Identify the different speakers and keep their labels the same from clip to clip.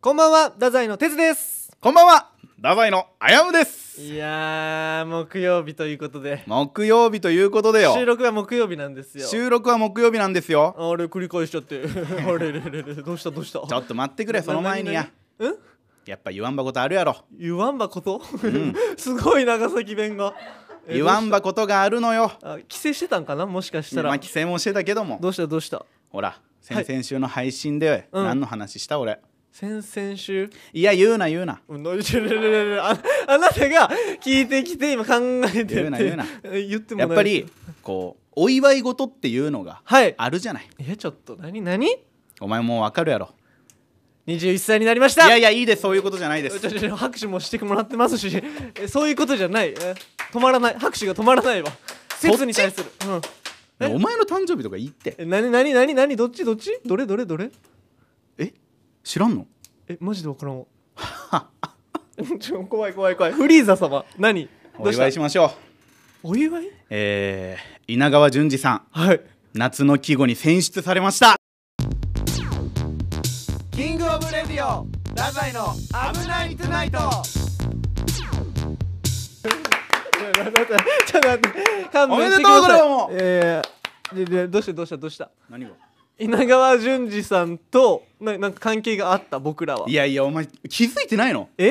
Speaker 1: こんばんは太宰の哲です
Speaker 2: こんばんはダザイのあやむです
Speaker 1: いやー木曜日ということで
Speaker 2: 木曜日ということでよ
Speaker 1: 収録は木曜日なんですよ
Speaker 2: 収録は木曜日なんですよ
Speaker 1: あれ繰り返しちゃってあれれれれどうしたどうした
Speaker 2: ちょっと待ってくれその前にや
Speaker 1: な何何ん
Speaker 2: やっぱ言わんばことあるやろ
Speaker 1: 言わんばこと、すごい長崎弁がえ
Speaker 2: 言わんばことがあるの
Speaker 1: ど
Speaker 2: よ
Speaker 1: うしたあ帰省してたんかなもしかしたら、
Speaker 2: まあ帰省もしてたけども
Speaker 1: どうしたどうした
Speaker 2: ほら先々週の配信で
Speaker 1: うん
Speaker 2: 何の話した俺
Speaker 1: 先々週
Speaker 2: いや言うな言うな
Speaker 1: うんなれれれれれああなたが聞いてきて今考えてって
Speaker 2: 言うな言うな
Speaker 1: え言っても
Speaker 2: や
Speaker 1: ない
Speaker 2: っぱりこうお祝い事っていうのが
Speaker 1: はい
Speaker 2: あるじゃない
Speaker 1: えちょっと何何
Speaker 2: お前もうわかるやろ
Speaker 1: 21歳になりまし
Speaker 2: い
Speaker 1: た
Speaker 2: やいやいいですそういうことじゃないです
Speaker 1: ちょちょ拍手もしてもらってますしえそういうことじゃないえ止まらない拍手が止まらないわ説に対するうん
Speaker 2: お前の誕生日とか言って
Speaker 1: え何何何何どっちどっちどれどれどれ
Speaker 2: え知らんの
Speaker 1: えマジで分からんわ ちょ怖い怖い怖いフリーザ様何ど
Speaker 2: お
Speaker 1: うした
Speaker 2: 祝いしましょう
Speaker 1: お祝い
Speaker 2: えー、稲川淳二さん
Speaker 1: はい
Speaker 2: 夏の季語に選出されました
Speaker 1: キングオブレディオラザイの危ないトゥナイトちょっと待って勘弁してください
Speaker 2: おめでとうこれはもう
Speaker 1: いやいやででどうしたどうしたどうした
Speaker 2: 何が
Speaker 1: 稲川淳二さんとななんか関係があった僕らはい
Speaker 2: やいやお前気づいてないの
Speaker 1: え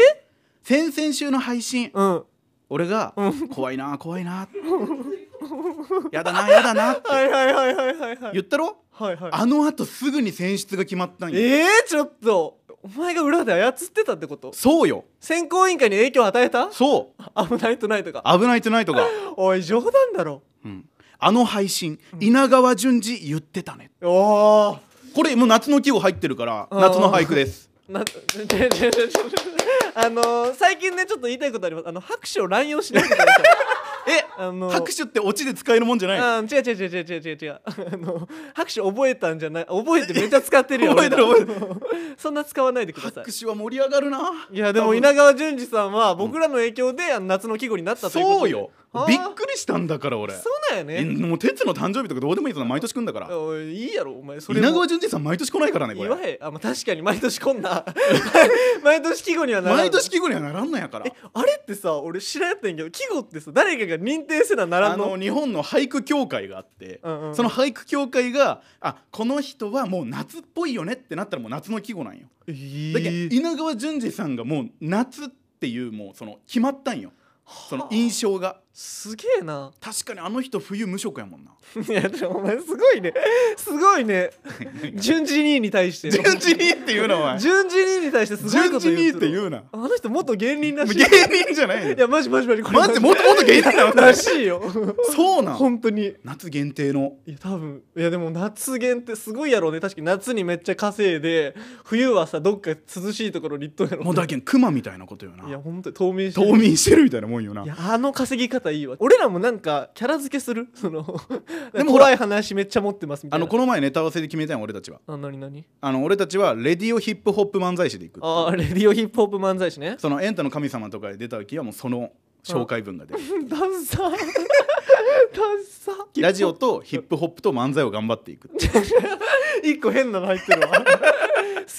Speaker 2: 先々週の配信
Speaker 1: うん
Speaker 2: 俺が怖いな怖 いなやだなやだなって
Speaker 1: はいはいはいはいはいはい
Speaker 2: 言ったろ
Speaker 1: はいはい
Speaker 2: あのあとすぐに選出が決まったん よ
Speaker 1: えー、ちょっとお前が裏で操ってたってこと
Speaker 2: そうよ
Speaker 1: 選考委員会に影響を与えた
Speaker 2: そう
Speaker 1: 危ないとないとか
Speaker 2: 危ないトゥナイトが、
Speaker 1: おい冗談だろ
Speaker 2: うん、あの配信稲川淳二言ってたね
Speaker 1: おお
Speaker 2: これもう夏の季語入ってるから
Speaker 1: あー
Speaker 2: 夏の俳句です
Speaker 1: な あのー、最近ねちょっと言いたいことありますあの拍手を乱用しないでください
Speaker 2: え
Speaker 1: あのー
Speaker 2: 拍手ってオチで使えるもんじゃないの
Speaker 1: うん、違う違う違う違う違う違う あの拍手覚えたんじゃない覚えてめっちゃ使ってるよ
Speaker 2: 覚えてる
Speaker 1: 俺ら そんな使わないでください
Speaker 2: 拍手は盛り上がるない
Speaker 1: やでも稲川淳二さんは僕らの影響であの夏の季語になったということ
Speaker 2: そう
Speaker 1: で
Speaker 2: よ
Speaker 1: はあ
Speaker 2: びっくりしたんだから俺
Speaker 1: そうだよ
Speaker 2: え
Speaker 1: ね
Speaker 2: もう哲の誕生日とかどうでもいいぞ毎年来んだから
Speaker 1: おいいいやろお前それも
Speaker 2: 稲川淳二さん毎年来ないからねこ
Speaker 1: 言わ
Speaker 2: れ
Speaker 1: へんあ、まあ、確かに毎年こんな 毎年季語にはならない
Speaker 2: 毎年季語にはならんのやから
Speaker 1: えあれってさ俺知らんやったんやけど季語ってさ誰かが認定せななら
Speaker 2: あ
Speaker 1: んの
Speaker 2: の日本の俳句協会があって、
Speaker 1: うんうんうん
Speaker 2: その俳句協会があこの人はもう夏っぽいよねってなったらもう夏の季語なんよ
Speaker 1: えー
Speaker 2: だけど稲川淳二さんがもう夏っていうもうその決まったんよその印象が
Speaker 1: すげえな
Speaker 2: 確かにあの人冬無職やもんない
Speaker 1: やでもお前すごいねすごい ね順次にに対して
Speaker 2: 淳二にっていうのは
Speaker 1: 順次にに対してすごいこと
Speaker 2: 淳二に
Speaker 1: 言
Speaker 2: って言うな
Speaker 1: あの人元芸人らしい
Speaker 2: 芸人じゃない
Speaker 1: い
Speaker 2: の
Speaker 1: やマジマジマジこれ
Speaker 2: マジもっともっと芸人なの
Speaker 1: らしいよ
Speaker 2: そうなん
Speaker 1: 本当に
Speaker 2: 夏限定の
Speaker 1: いや多分いやでも夏限ってすごいやろうね確かに夏にめっちゃ稼いで冬はさどっか涼しいところに行っとんやろ
Speaker 2: もうだけん熊みたいなことよない
Speaker 1: や本当に透明してる
Speaker 2: 冬眠してるみたいなもんよない
Speaker 1: やあの稼ぎ方いいわ俺らもなんかキャラ付けする その
Speaker 2: でもほら
Speaker 1: 怖い話めっちゃ持ってますみた
Speaker 2: あ
Speaker 1: いな
Speaker 2: のこの前ネタ合わせで決めたやん俺たちは
Speaker 1: あ何何
Speaker 2: あの俺たちはレディオヒップホップ漫才師でいくっていう
Speaker 1: あーレディオヒップホップ漫才師 ね
Speaker 2: その「エンタの神様」とかで出た時はもうその紹介文が出る
Speaker 1: ダンサー ダンサー
Speaker 2: ラジオとヒップホップと漫才を頑張っていくっていう
Speaker 1: 一個変なの入ってるわ 好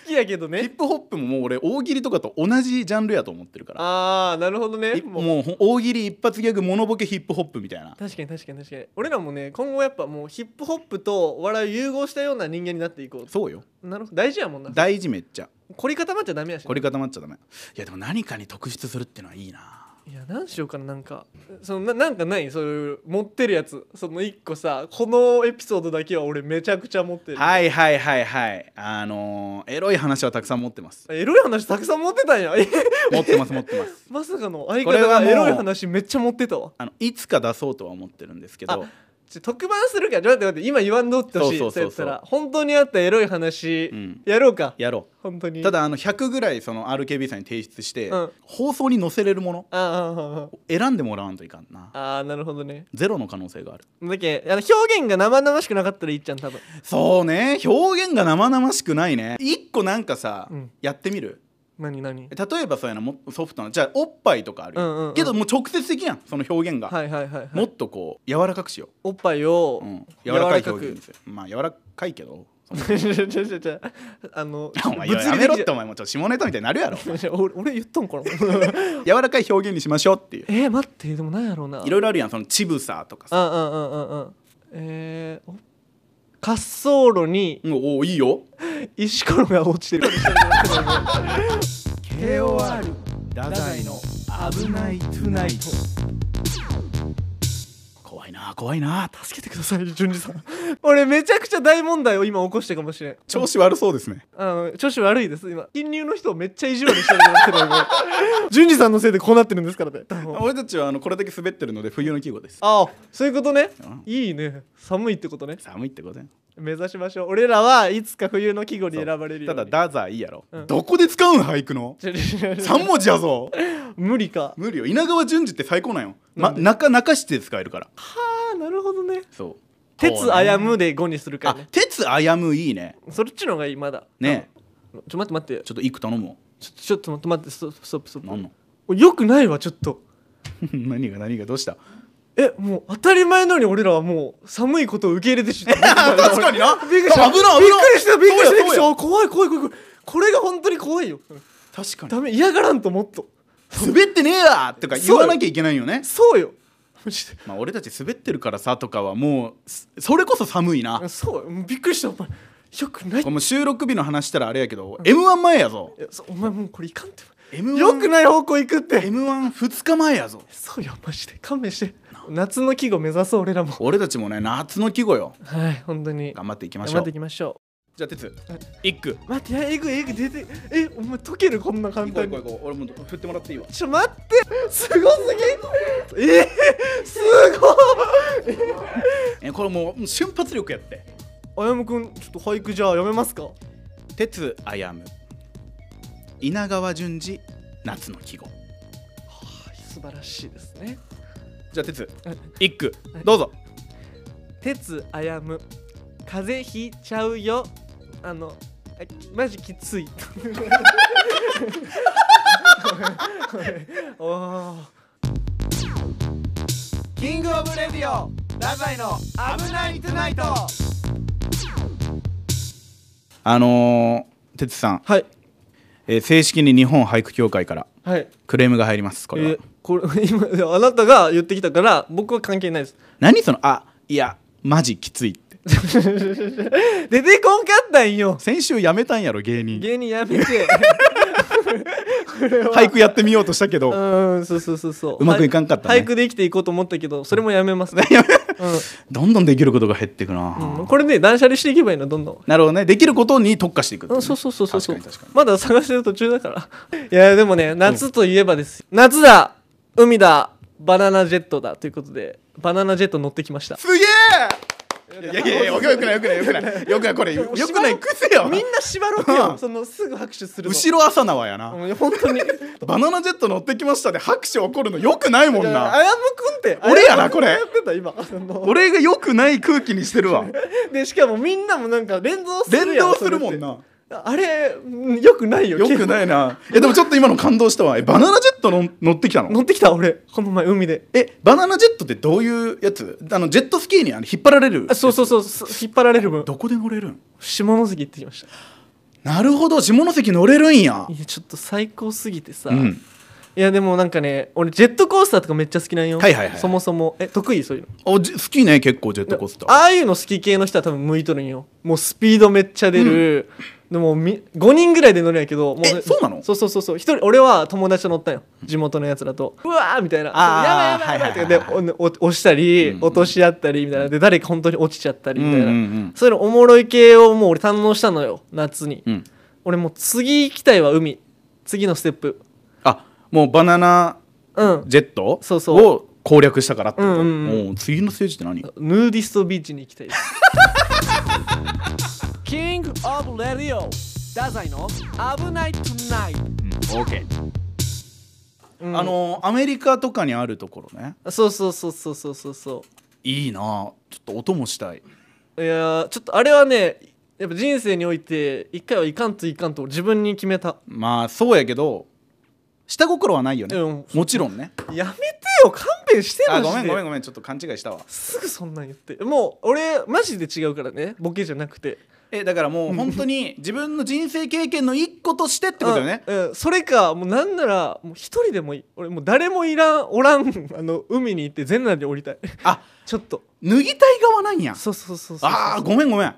Speaker 1: きやけど
Speaker 2: ヒ
Speaker 1: ね
Speaker 2: ップホップももう俺大喜利とかと同じジャンルやと思ってるから
Speaker 1: ああなるほどね
Speaker 2: い
Speaker 1: もう
Speaker 2: もうほ大喜利一発ギャグモノボケヒップホップみたいな
Speaker 1: 確かに確かに確かに俺らもね今後やっぱもうヒップホップとお笑いを融合したような人間になっていこ
Speaker 2: そうよ
Speaker 1: うなるほど大事やもんな
Speaker 2: 大事めっちゃ
Speaker 1: 凝り固まっちゃダメやしね
Speaker 2: 凝り固まっちゃダメいやでも何かに特筆するってのはいいない
Speaker 1: や何しようかななんかそのななんかないそういう持ってるやつその一個さこのエピソードだけは俺めちゃくちゃ持ってる
Speaker 2: はいはいはいはいあのーエロい話はたくさん持ってます
Speaker 1: エロい話たくさん持ってたんやえ
Speaker 2: 持ってます持ってます
Speaker 1: まさかの相
Speaker 2: こ
Speaker 1: 方
Speaker 2: れは
Speaker 1: が
Speaker 2: もう
Speaker 1: エロい話めっちゃ持ってたわ
Speaker 2: あのいつか出そうとは思ってるんですけど
Speaker 1: あちょ特番するからちょっと待って待って今言わんどってほしい
Speaker 2: そうそうそうそう
Speaker 1: やったら本当にあったエロい話、
Speaker 2: うん
Speaker 1: やろうか
Speaker 2: やろ
Speaker 1: 本当に
Speaker 2: うただあの100ぐらいその RKB さんに提出して、
Speaker 1: うん
Speaker 2: 放送に載せれるもの
Speaker 1: ああ
Speaker 2: 選んでもらわんといかんな
Speaker 1: あああなるほどね
Speaker 2: ゼロの可能性がある
Speaker 1: だけあの表現が生々しくなかったらいいっちゃん多分
Speaker 2: そうね表現が生々しくないね一個なんかさ、
Speaker 1: うん
Speaker 2: やってみる
Speaker 1: 何何
Speaker 2: 例えばそうやなもソフトなじゃあおっぱいとかあるよ、
Speaker 1: うんうんうん
Speaker 2: けどもう直接的やんその表現が、
Speaker 1: はいはいはい、は
Speaker 2: も
Speaker 1: い
Speaker 2: っ、とこう柔らかくしよ
Speaker 1: おっぱいを、
Speaker 2: う、うん、柔らかい表現にするまあ柔らかいけどそこの
Speaker 1: ちょちょちょちょあの
Speaker 2: お前やめろってお前もうちょっと下ネタみたいになるやろ
Speaker 1: 俺俺言っとんかな
Speaker 2: 柔らかい表現にしましょうっていう
Speaker 1: えー、待ってでもなんやろうない
Speaker 2: ろいろあるやんそのちぶさとかさ
Speaker 1: あああああえー、お滑走路に
Speaker 2: うんおおいいよ
Speaker 1: 石ころが落ち てる
Speaker 2: KOR 太宰の危ないトゥナイト怖いな怖いな
Speaker 1: 助けてください淳二さん俺めちゃくちゃ大問題を今起こしてるかもしれん
Speaker 2: 調子悪そうですね
Speaker 1: あの調子悪いです今金入の人をめっちゃ意地悪してると思ってるので淳二さんのせいでこうなってるんですからね
Speaker 2: 俺たちはあのこれだけ滑ってるので冬の季語です
Speaker 1: ああそういうことね
Speaker 2: うん
Speaker 1: いいね寒いってことね
Speaker 2: 寒いってことや
Speaker 1: 目指しましょう俺らはいつか冬の季語に選ばれるよ
Speaker 2: た
Speaker 1: うに
Speaker 2: だ太宰やろ、
Speaker 1: うん
Speaker 2: どこで使うん俳句の
Speaker 1: ちょち ょちょ
Speaker 2: 3文字やぞ
Speaker 1: 無理か
Speaker 2: 無理よ稲川淳二って最高なんよ、ま、
Speaker 1: なんで
Speaker 2: 中中して使えるから
Speaker 1: ああなるほどね
Speaker 2: そう
Speaker 1: 鉄あやむで5にするか
Speaker 2: あ
Speaker 1: らね
Speaker 2: 鉄あやむいいね
Speaker 1: そっちの方がいいまだ
Speaker 2: ね
Speaker 1: ちょっと待って待って
Speaker 2: ちょっと一句頼 むわ
Speaker 1: ちょちょっと待ってストップストップスト
Speaker 2: なん
Speaker 1: ッ
Speaker 2: の
Speaker 1: プよくないわちょっと
Speaker 2: 何が何がどうした
Speaker 1: えもう当たり前のように俺らはもう寒いことを受け入れてしま
Speaker 2: 確かにな
Speaker 1: びっくりした
Speaker 2: 危ない危ない
Speaker 1: びっくりしたびっくりしたびっくりし
Speaker 2: そう
Speaker 1: た怖い怖い怖い怖いこれが本当に怖いよ
Speaker 2: 確かに
Speaker 1: ダメ嫌がらんともっと
Speaker 2: 滑ってねえわとか言わなきゃいけないよね
Speaker 1: そうよマジで
Speaker 2: まあ俺たち滑ってるからさとかはもうすそれこそ寒いなこ
Speaker 1: そうよびっくりしたお前よくない
Speaker 2: れもう収録日の話したらあれやけど m 1前やぞ
Speaker 1: いやそうお前もうこれいかんって
Speaker 2: m
Speaker 1: よくない方向行くって
Speaker 2: 2日前やぞ
Speaker 1: そうよマジで勘弁して夏の季語目指そう俺らも
Speaker 2: 俺たちもね夏の季語よ
Speaker 1: はい本当に
Speaker 2: 頑張っていきま
Speaker 1: 頑
Speaker 2: しょ
Speaker 1: 張っ
Speaker 2: う
Speaker 1: ていきましょ
Speaker 2: じゃあ哲一句
Speaker 1: う待ってやえぐいえぐい出てえお前溶けるこんな簡
Speaker 2: 行こう
Speaker 1: 単
Speaker 2: 行こう
Speaker 1: に
Speaker 2: 行こう俺も振ってもらっていいわ
Speaker 1: ちょ待ってすごすぎえー、すごい
Speaker 2: えこれもう瞬発力やって
Speaker 1: あやむくんちょっと俳句じゃあ読めますか
Speaker 2: 鉄あやむ稲川淳二夏の季語
Speaker 1: 素晴らしいですね
Speaker 2: じゃあ鉄
Speaker 1: はい
Speaker 2: 一句
Speaker 1: はい
Speaker 2: どうぞ
Speaker 1: 鉄あやむ風邪ひいちゃうよあのあきマジき ついおお
Speaker 2: キングオブレディオダザイの危ないトゥナイトあのー、哲さん、
Speaker 1: はい
Speaker 2: えー正式に日本俳句協会から
Speaker 1: はい
Speaker 2: クレームが入りますこれは
Speaker 1: えこれ今いやあなたが言ってきたから僕は関係ないです
Speaker 2: 何そのあいやマジきついって
Speaker 1: 出てこんかったんよ
Speaker 2: 先週やめたんやろ芸人
Speaker 1: 芸人やめ て
Speaker 2: 俳句やってみようとしたけど、
Speaker 1: うーんそうそうそうそう
Speaker 2: うまくいかんかったね
Speaker 1: 俳句で生きていこうと思ったけどそれもやめ ます、
Speaker 2: どんどんできることが減っていくな、
Speaker 1: うんうん、これね断捨離していけばいいのどんどん
Speaker 2: なるほどねできることに特化していくっていうね
Speaker 1: んそうそうそうそうそう
Speaker 2: 確かに確かに
Speaker 1: まだ探してる途中だから いやでもね夏といえばですよ、夏だ海だバナナジェットだということでバナナジェット乗ってきま した
Speaker 2: すげえいやいやいやよくないよくないよくないよくないよくないこれよくない癖よ
Speaker 1: みんな縛ろう
Speaker 2: う
Speaker 1: よ
Speaker 2: ん
Speaker 1: そのすぐ拍手するの
Speaker 2: 後ろ朝縄やな、
Speaker 1: うんいや本 当に
Speaker 2: バナナジェット乗ってきましたで拍手起こるのよくないもん
Speaker 1: いや
Speaker 2: な
Speaker 1: あやむくんって
Speaker 2: 俺やな
Speaker 1: あむくん
Speaker 2: これ
Speaker 1: やってた今あの
Speaker 2: 俺がよくない空気にし てるわ
Speaker 1: でしかもみんなもなんか連動するやん
Speaker 2: 連動するも
Speaker 1: そ
Speaker 2: んな
Speaker 1: れってあれうんよくないよ
Speaker 2: よく
Speaker 1: い
Speaker 2: ないないやでもちょっと今の感動したわえバナナジェットの乗ってきたの
Speaker 1: 乗ってきた俺この前海で
Speaker 2: えバナナジェットってどういうやつあのジェットスキーにあの引っ張られる
Speaker 1: あそうそうそうす引っ張られる分
Speaker 2: どこで乗れるん
Speaker 1: 下関行ってきました
Speaker 2: なるほど下関乗れるんや
Speaker 1: いやちょっと最高すぎてさ、
Speaker 2: うん
Speaker 1: いやでもなんかね俺ジェットコースターとかめっちゃ好きなんよ、
Speaker 2: はいはいはい
Speaker 1: そもそもえ得意そういうの
Speaker 2: おじ好きね結構ジェットコースター
Speaker 1: ああいうの好き系の人は多分向いとるんよもうスピードめっちゃ出る、でもみ5人ぐらいで乗るんやけども
Speaker 2: えそうなの
Speaker 1: そうそうそうそう一人俺は友達と乗ったんよ地元のやつらとうわーみたいなや
Speaker 2: あー
Speaker 1: ばいやばいやばい
Speaker 2: はいはい
Speaker 1: ってでおお押したり、
Speaker 2: うん
Speaker 1: 落とし合ったりみたいなで誰か本当に落ちちゃったりみたいな、
Speaker 2: うんうんうん
Speaker 1: そういうのおもろい系をもう俺堪能したのよ夏に、
Speaker 2: うん
Speaker 1: 俺もう次行きたいは海次のステップ
Speaker 2: あもうバナナ
Speaker 1: うん
Speaker 2: ジェット
Speaker 1: そうそう
Speaker 2: を攻略したからってこと、
Speaker 1: うんうんう
Speaker 2: おう次のステージって何
Speaker 1: ヌーディストビーチに行きたいです キングオブレディオダザイの危ないトゥナイト、
Speaker 2: オーケー
Speaker 1: うん
Speaker 2: あのアメリカとかにあるところね
Speaker 1: そうそうそうそうそうそうそ
Speaker 2: いいなあちょっと音もしたいう
Speaker 1: いやーちょっとあれはねやっぱ人生において一回はいかんといかんと自分に決めた
Speaker 2: まあそうやけど下心はないよね、
Speaker 1: うん
Speaker 2: もちろんね
Speaker 1: やめてよ勘弁して
Speaker 2: あ
Speaker 1: マジで
Speaker 2: ごめんごめんごめんちょっと勘違いしたわ
Speaker 1: すぐそんなん言ってもう俺マジで違うからねボケじゃなくて
Speaker 2: えだからもう本当に自分の人生経験の一個としてってことよね、
Speaker 1: うんうんそれかもうなんならもう一人でもいい俺もう誰もいらんおらんあの海に行って全裸で降りたい
Speaker 2: あ
Speaker 1: ちょっと
Speaker 2: 脱ぎたい側なんや
Speaker 1: そうそうそうそう
Speaker 2: あーごめんごめん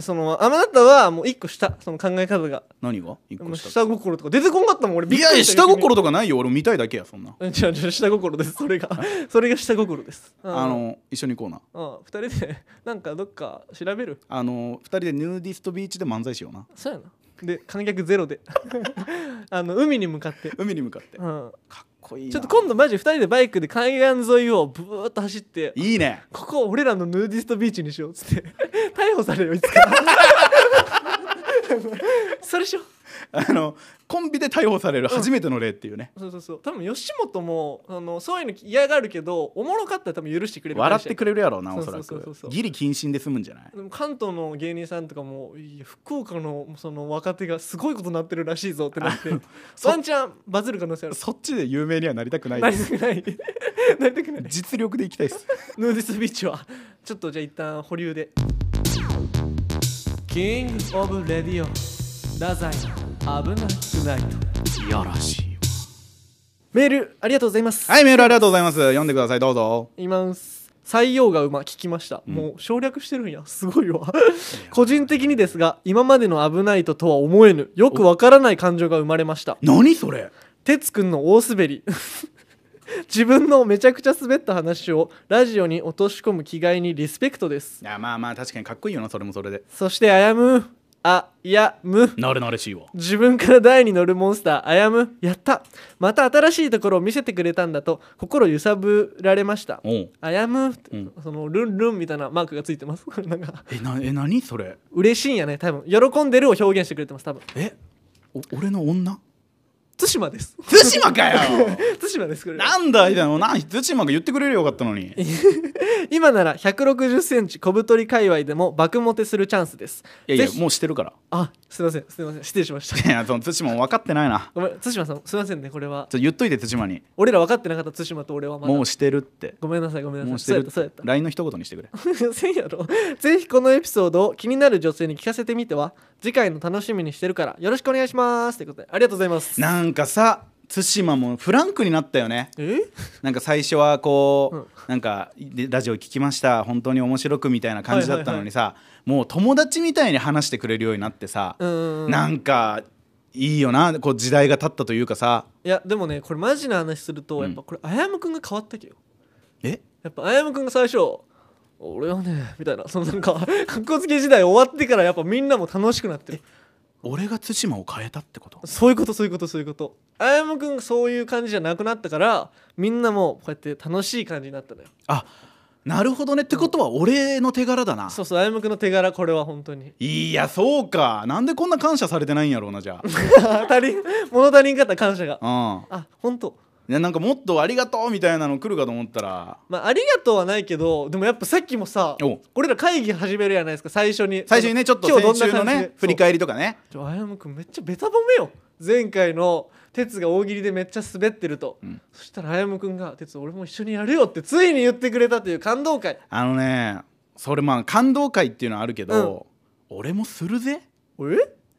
Speaker 1: そのあなたはもう一個下その考え方が
Speaker 2: 何が一
Speaker 1: も
Speaker 2: 個
Speaker 1: う
Speaker 2: 下
Speaker 1: 下心とか出てこんかったもん俺びっ
Speaker 2: い
Speaker 1: くりした
Speaker 2: やいや下心とかないよ俺見たいだけやそんな
Speaker 1: うん違う違う下心ですそ れがそれが下心ですうん
Speaker 2: あの一緒に行こうな
Speaker 1: うん二人でなんかどっか調べる
Speaker 2: あの二人でヌーディストビーチで漫才しような
Speaker 1: そうやなで観客ゼロで あの海に向かって、
Speaker 2: 海に向かって
Speaker 1: うん、
Speaker 2: かっこいいな
Speaker 1: ちょっと今度マジ2人でバイクで海岸沿いをブーッと走って
Speaker 2: いいね
Speaker 1: ここ俺らのヌーディストビーチにしようっつって 逮捕されるよいつ かそれしよ
Speaker 2: あのコンビで逮捕される初めての例っていうね、
Speaker 1: うそうそうそう多分吉本もあのそういうの嫌がるけどおもろかったら多分許してくれる
Speaker 2: 笑って
Speaker 1: れ
Speaker 2: くれるやろうな
Speaker 1: そ
Speaker 2: お
Speaker 1: う
Speaker 2: そ
Speaker 1: そう
Speaker 2: ら
Speaker 1: そうそう
Speaker 2: くギリ謹慎で済むんじゃない
Speaker 1: でも関東の芸人さんとかもいや福岡のその若手がすごいことになってるらしいぞってなって
Speaker 2: そ
Speaker 1: ワンチャンバズる可能性ある
Speaker 2: そっちで有名にはなりたくない
Speaker 1: な
Speaker 2: で
Speaker 1: り
Speaker 2: す
Speaker 1: たくない なりたくない
Speaker 2: 実力でいきたいです
Speaker 1: ヌーディストビーチはちょっとじゃあ一旦保留でキングオブレディオ太宰危なくないと
Speaker 2: いやらしい
Speaker 1: メールありがとうございます
Speaker 2: はいメールありがとうございます読んでくださいどうぞ
Speaker 1: います採用が馬聞きました、もう省略してるんや すごいわ個人的にですが今までの危ないととは思えぬよくわからない感情が生まれました
Speaker 2: 何それ
Speaker 1: 哲くんの大滑り 自分のめちゃくちゃ滑った話をラジオに落とし込む気概にリスペクトです
Speaker 2: いやまあまあ確かにかっこいいよなそれもそれで
Speaker 1: そしてあやむあいやむ
Speaker 2: なれなれしいわ
Speaker 1: 自分から台に乗るモンスターあやむやったまた新しいところを見せてくれたんだと心揺さぶられました
Speaker 2: おう
Speaker 1: あやむって、
Speaker 2: うん
Speaker 1: そのルンルンみたいなマークがついてます これなんか
Speaker 2: えなえ何それ
Speaker 1: 嬉しいんやね多分喜んでるを表現してくれてます多分
Speaker 2: えお俺の女
Speaker 1: 対馬です
Speaker 2: 対馬かよ
Speaker 1: 対馬ですこれ
Speaker 2: なんだいだよな対馬が言ってくれればよかったのに
Speaker 1: 今なら1 6 0ンチ小太り界隈でも爆モテするチャンスです
Speaker 2: いやいや
Speaker 1: ぜひ
Speaker 2: もうしてるから
Speaker 1: あすいませんすいません失礼しました
Speaker 2: いやその対馬も分かってないな
Speaker 1: ごめん対馬さんすいませんねこれは
Speaker 2: ちょ言っといて対馬に
Speaker 1: 俺ら分かってなかった対馬と俺はまだ
Speaker 2: もうしてるって
Speaker 1: ごめんなさいごめん
Speaker 2: も
Speaker 1: な
Speaker 2: うし
Speaker 1: さ
Speaker 2: て
Speaker 1: い
Speaker 2: る
Speaker 1: そうやったそうやった
Speaker 2: LINE の一言にしてくれ
Speaker 1: せんやろぜひこのエピソードを気になる女性に聞かせてみては次回の楽しみにしてるからよろしくお願いしますということでありがとうございます
Speaker 2: なんかさ対馬もフランクになったよね
Speaker 1: え
Speaker 2: なんか最初はこう、
Speaker 1: うん
Speaker 2: なんかでラジオ聞きました本当に面白くみたいな感じだったのにさ、もう友達みたいに話してくれるようになってさ、
Speaker 1: うんうんうん
Speaker 2: なんかいいよなこう時代が経ったというかさ
Speaker 1: いやでもねこれマジな話すると、やっぱこれあやむくんが変わったけよ
Speaker 2: え
Speaker 1: やっぱあやむくんが最初「俺はね」みたいなそのなんかかっこつけ時代終わってからやっぱみんなも楽しくなってる
Speaker 2: 俺が対馬を変えたってこと
Speaker 1: そういうことそういうことそういうことあやむくんがそういう感じじゃなくなったからみんなもこうやって楽しい感じになったのよ
Speaker 2: あなるほどねってことは俺の手柄だな
Speaker 1: そうそうあやむくんの手柄これは本当に
Speaker 2: いやそうかなんでこんな感謝されてないんやろうな じゃ
Speaker 1: 足りん物足りんかった感謝が
Speaker 2: あ
Speaker 1: あ本当
Speaker 2: うんいやなんかもっとありがとうみたいなの来るかと思ったら
Speaker 1: まあありがとうはないけどでもやっぱさっきもさ
Speaker 2: お
Speaker 1: 俺ら会議始めるじゃないですか最初に
Speaker 2: 最初にねちょっと
Speaker 1: 今日どんな
Speaker 2: 先週の
Speaker 1: 感じ
Speaker 2: ね
Speaker 1: で
Speaker 2: 振り返りとかね
Speaker 1: ちょあやむくんめっちゃベタ褒めよ前回の哲が大喜利でめっちゃ滑ってると、
Speaker 2: ん
Speaker 1: そしたらあやむくんが「哲俺も一緒にやるよ」ってついに言ってくれたという感動会
Speaker 2: あのねそれまあ感動会っていうのはあるけど、俺もするぜ
Speaker 1: え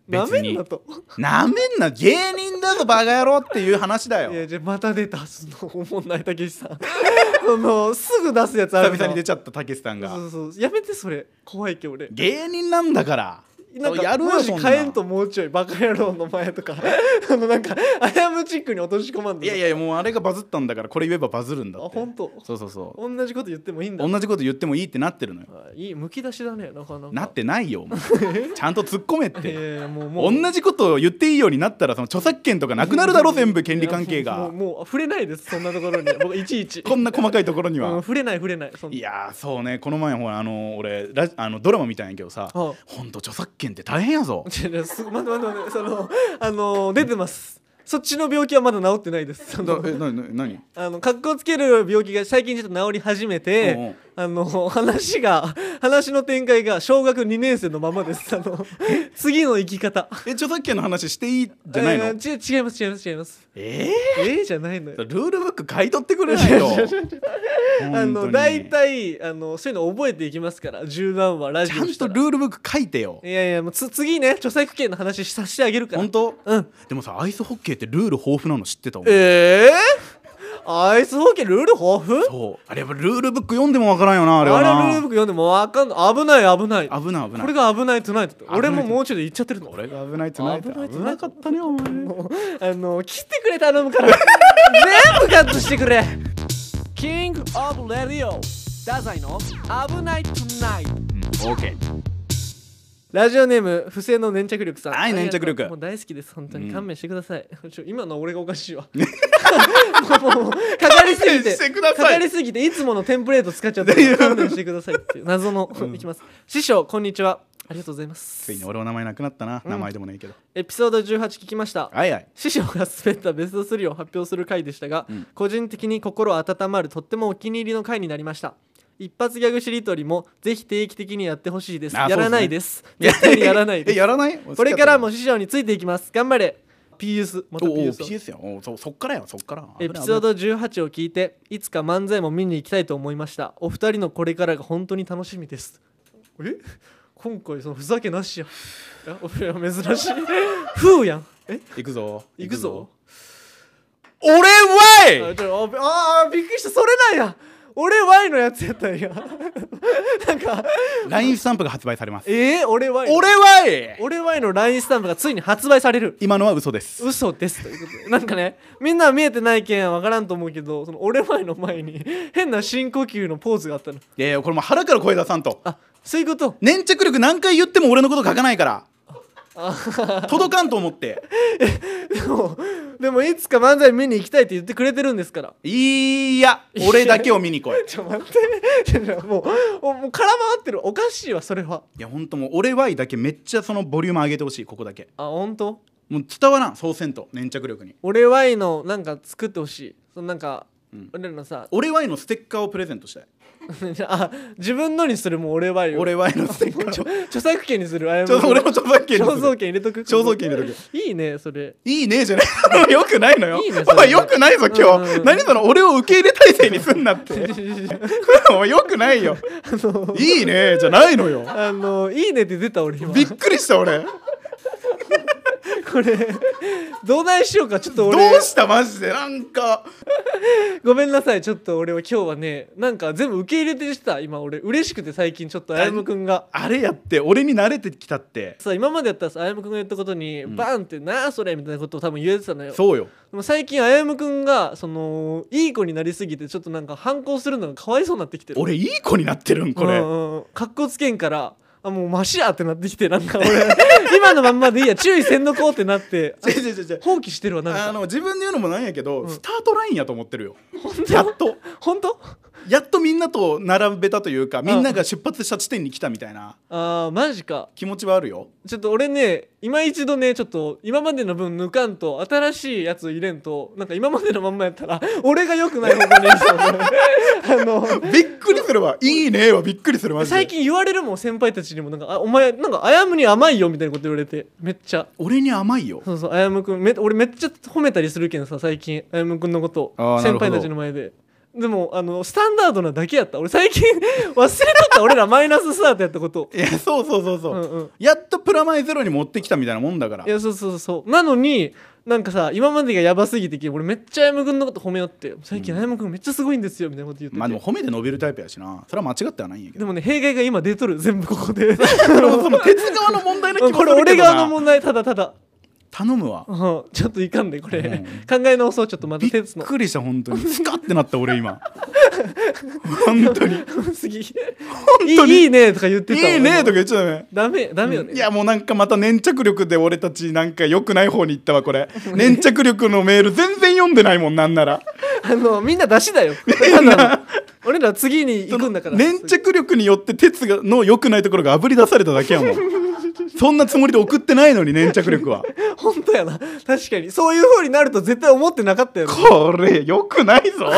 Speaker 1: な
Speaker 2: 別
Speaker 1: め
Speaker 2: に
Speaker 1: んなと
Speaker 2: なめんな芸人だぞバカ野郎っていう話だ
Speaker 1: いや
Speaker 2: よ
Speaker 1: じゃあまた出たそのおもんないたけしさん そのすぐ出すやつあ
Speaker 2: 久
Speaker 1: るの
Speaker 2: 々に出ちゃったたけしさんが
Speaker 1: そうそうそうやめてそれ怖いけど俺
Speaker 2: 芸人なんだから
Speaker 1: なん
Speaker 2: そうや
Speaker 1: か
Speaker 2: るよ
Speaker 1: 文字
Speaker 2: そんな
Speaker 1: 変えんともうちょいバカ野郎の前とかあのなんかあやむチックに落とし込まんで
Speaker 2: いやいやもうあれがバズったんだからこれ言えばバズるんだ
Speaker 1: あ
Speaker 2: って
Speaker 1: 本当
Speaker 2: そうそう そう
Speaker 1: 同じこと言ってもいいんだ
Speaker 2: 同じこと言ってもいいってなってるのよ
Speaker 1: あいいむき出しだねなかなか
Speaker 2: なってないよ お前ちゃんと突っ込めって
Speaker 1: えー、もうもう
Speaker 2: 同じことを言っていいようになったらその著作権とかなくなるだろ全部権利関係
Speaker 1: いやもう
Speaker 2: が
Speaker 1: もうもう触れないですそんなところに僕いちいち
Speaker 2: こんな細かいところに
Speaker 1: うん
Speaker 2: は
Speaker 1: 触れない触れないそんない
Speaker 2: やーそうねこの前ほらあの俺ラジあのドラマ見たんやけどさ
Speaker 1: は
Speaker 2: ほんと著作権って大変 やぞ
Speaker 1: あ違う違うす待って待って待ってそのあのー出てますそっちの病気はまだ治ってないですそ
Speaker 2: だ
Speaker 1: の
Speaker 2: えなな何
Speaker 1: あの格好つける病気が最近ちょっと治り始めて、
Speaker 2: うんうん
Speaker 1: あの話が話の展開が小学2年生のままですあの次の生き方
Speaker 2: え著作権の話していいじゃないの
Speaker 1: えーち違います違います違います
Speaker 2: え
Speaker 1: えー、じゃないのよ
Speaker 2: ー、ルールブック買い取ってくれないと
Speaker 1: 違う違うあ
Speaker 2: 本当
Speaker 1: の
Speaker 2: に
Speaker 1: 大体あのそういうの覚えていきますから十何話ラジ
Speaker 2: ち
Speaker 1: オ
Speaker 2: ゃん
Speaker 1: した
Speaker 2: と
Speaker 1: ら
Speaker 2: ルールブック書いてよ
Speaker 1: いやいやもうつ次ね著作権の話させてあげるから
Speaker 2: 本当
Speaker 1: うん
Speaker 2: でもさアイスホッケーってルール豊富なの知ってたお前
Speaker 1: ええアイスホッケールール豊富
Speaker 2: そうあれやっぱルールブック読んでもわからんよなあ
Speaker 1: あ
Speaker 2: れ
Speaker 1: れ
Speaker 2: はな
Speaker 1: ルールブック読んでもわかんない危ない危ない
Speaker 2: 危ない危ない
Speaker 1: これが危ないトゥナイトって
Speaker 2: 危ない
Speaker 1: 俺ももうちょっと言っちゃってるの
Speaker 2: 俺が危ないつない
Speaker 1: 危ない
Speaker 2: 危
Speaker 1: tonight
Speaker 2: なかったねお前
Speaker 1: もうあの切ってくれ頼むから 全部カットしてくれキングオブレディオダザイの危ないトゥナイト
Speaker 2: オーケー
Speaker 1: ラジオネーム不正の粘着力さん
Speaker 2: はい
Speaker 1: ありがとう
Speaker 2: 粘着力
Speaker 1: もう大好きです本当
Speaker 2: う
Speaker 1: に
Speaker 2: ん
Speaker 1: 勘弁してください、ちょ今の俺がおか しいわもうもうかかりすぎ
Speaker 2: 勘弁
Speaker 1: て
Speaker 2: してください
Speaker 1: かかりすぎていつものテンプレート使っちゃってる勘弁してくださいっていう謎の、いきます師匠こんにちはありがとうございま
Speaker 2: つ
Speaker 1: す
Speaker 2: いに俺お名前なくなったな名前でもないけど
Speaker 1: エピソード18聞きました
Speaker 2: はいはい
Speaker 1: 師匠が滑ったベスト3を発表する回でしたが、
Speaker 2: うん
Speaker 1: 個人的に心温まるとってもお気に入りの回になりました一発ギャグしりとりもぜひ定期的にやってほしいです
Speaker 2: あ
Speaker 1: やらないです絶対にやらないで
Speaker 2: え
Speaker 1: す
Speaker 2: やらない
Speaker 1: これからも師匠についていきます頑張れ PS ま
Speaker 2: お
Speaker 1: た
Speaker 2: お
Speaker 1: PS を
Speaker 2: PS やんおうそそっからやんそっから
Speaker 1: エピソード18を聞いていつか漫才も見に行きたいと思いましたお二人のこれからが本当に楽しみですえ今回そのふざけなしやいや俺は珍 しいふうやんえ
Speaker 2: 行くぞ
Speaker 1: 行くぞ
Speaker 2: 俺は
Speaker 1: あちょあびあーびっくりしたそれなんや俺 Y のやつやったんや なんか
Speaker 2: い LINE スタンプが発売されます
Speaker 1: えー、俺 Y の
Speaker 2: はい
Speaker 1: 俺 Y の LINE スタンプがついに発売される
Speaker 2: 今のは嘘です
Speaker 1: 嘘ですということでなんかねみんなは見えてないけんわからんと思うけどその俺 Y の前に 変な深呼吸のポーズがあったの
Speaker 2: いやいやこれもう腹から声出さんと
Speaker 1: あそういうこと
Speaker 2: 粘着力何回言っても俺のこと書かないから届かんと思って
Speaker 1: でもでもいつか漫才見に行きたいって言ってくれてるんですから
Speaker 2: いや俺だけを見に来い
Speaker 1: ちょ待ってちょもうおもう空回ってるおかしいわそれはい
Speaker 2: やほんともう俺はいだけめっちゃそのボリューム上げてほしいここだけ
Speaker 1: あ本当
Speaker 2: もう伝わらんそうせんと粘着力に
Speaker 1: 俺 Y のなんか作ってほしいそのなんか、
Speaker 2: うん
Speaker 1: 俺らのさ
Speaker 2: 俺はいのステッカーをプレゼントしたい
Speaker 1: あ自分のにするもう俺 Y を
Speaker 2: 俺はいのステ ッカーを
Speaker 1: ちょ著作権にするあや
Speaker 2: ちょっと俺もちょっとだけ
Speaker 1: 肖像権入れとく
Speaker 2: 肖像権入れと
Speaker 1: くいいねそ れ
Speaker 2: いいねじゃないよくないのよ
Speaker 1: いいねそれ
Speaker 2: おいよくないぞ今日、
Speaker 1: うんうん
Speaker 2: 何その俺を受け入れ体制にすんなって おいよくないよいいねじゃないのよ
Speaker 1: あのいいねって出た俺今
Speaker 2: びっくりした俺
Speaker 1: これどうないしようかちょっと
Speaker 2: どう
Speaker 1: 俺
Speaker 2: したマジでなんか
Speaker 1: ごめんなさいちょっと俺は今日はねなんか全部受け入れてした今俺嬉しくて最近ちょっとあやむくんが
Speaker 2: あれやって俺に慣れてきたって
Speaker 1: さ今までやったらさあやむくんが言ったことに、バンって「なあそれ」みたいなことを多分言えてたのよ
Speaker 2: そうよ
Speaker 1: でも最近あやむくんがそのいい子になりすぎてちょっとなんか反抗するのがかわいそうになってきてる
Speaker 2: 俺いい子になってるんこれ、
Speaker 1: うんうん、かっこつけんからあもうマシやってなってきてなんか俺 今のまんまでいいや注意せんのこうってなって
Speaker 2: 違う違う違う違う
Speaker 1: 放棄してるわなんか
Speaker 2: あの自分で言うのもなんやけど、
Speaker 1: ん
Speaker 2: スタートラインやと思ってるよやっと
Speaker 1: 本当
Speaker 2: やっとみんなと並べたというかみんなが出発した地点に来たみたいな
Speaker 1: あーマジか
Speaker 2: 気持ちはあるよ
Speaker 1: ちょっと俺ね今一度ねちょっと今までの分抜かんと新しいやつ入れんとなんか今までのまんまやったら 俺が良くない方向に行きそう あの
Speaker 2: びっくりするわいいねはびっくりするマジで
Speaker 1: 最近言われるもん先輩たちにもなんかあお前なんかあやむに甘いよみたいなこと言われてめっちゃ
Speaker 2: 俺に甘いよ
Speaker 1: そうそうあやむくんめ俺めっちゃ褒めたりするけんさ最近あやむくんのこと
Speaker 2: あーなる
Speaker 1: 先
Speaker 2: ほど
Speaker 1: 輩たちの前ででもあのスタンダードなだけやった俺最近 忘れとった俺らマイナススタートやったこと
Speaker 2: いやそうそうそうそう、
Speaker 1: うんうん
Speaker 2: やっとプラマイゼロに持ってきたみたいなもんだから
Speaker 1: いやそうそうそうなのになんかさ今までがやばすぎてき俺めっちゃあやむくんのこと褒めよって最近あやむくんめっちゃすごいんですよみたいなこと言ってて、
Speaker 2: まあでも褒めて伸びるタイプやしなそれは間違ってはないんやけ
Speaker 1: で
Speaker 2: ど
Speaker 1: もね弊害が今出とる全部こ こで
Speaker 2: でもその鉄側の問題な気もす
Speaker 1: こ
Speaker 2: るけど
Speaker 1: れ
Speaker 2: な
Speaker 1: 俺側の問題ただただ、
Speaker 2: 頼むわ
Speaker 1: うんちょっといかんで、これ、
Speaker 2: う
Speaker 1: 考え直そうちょっとまた
Speaker 2: びっ
Speaker 1: 鉄の
Speaker 2: くりした本当にスカってなった俺今本当にい
Speaker 1: 次
Speaker 2: 当に
Speaker 1: いいいいねとか言ってたわ
Speaker 2: いねとか言っちゃダメ
Speaker 1: ダメダメよね、
Speaker 2: いやもうなんかまた粘着力で俺たちなんか良くない方に行ったわこれ 粘着力のメール全然読んでないもんなんな ら
Speaker 1: あのみんな出しだよただの俺ら次に行くんだから
Speaker 2: 粘着力によって鉄がの良くないところがあぶり出されただけや もんそんなつもりで送ってないのに粘着力は
Speaker 1: 本当やな確かにそういう風になると絶対思ってなかったよね
Speaker 2: これ良くないぞ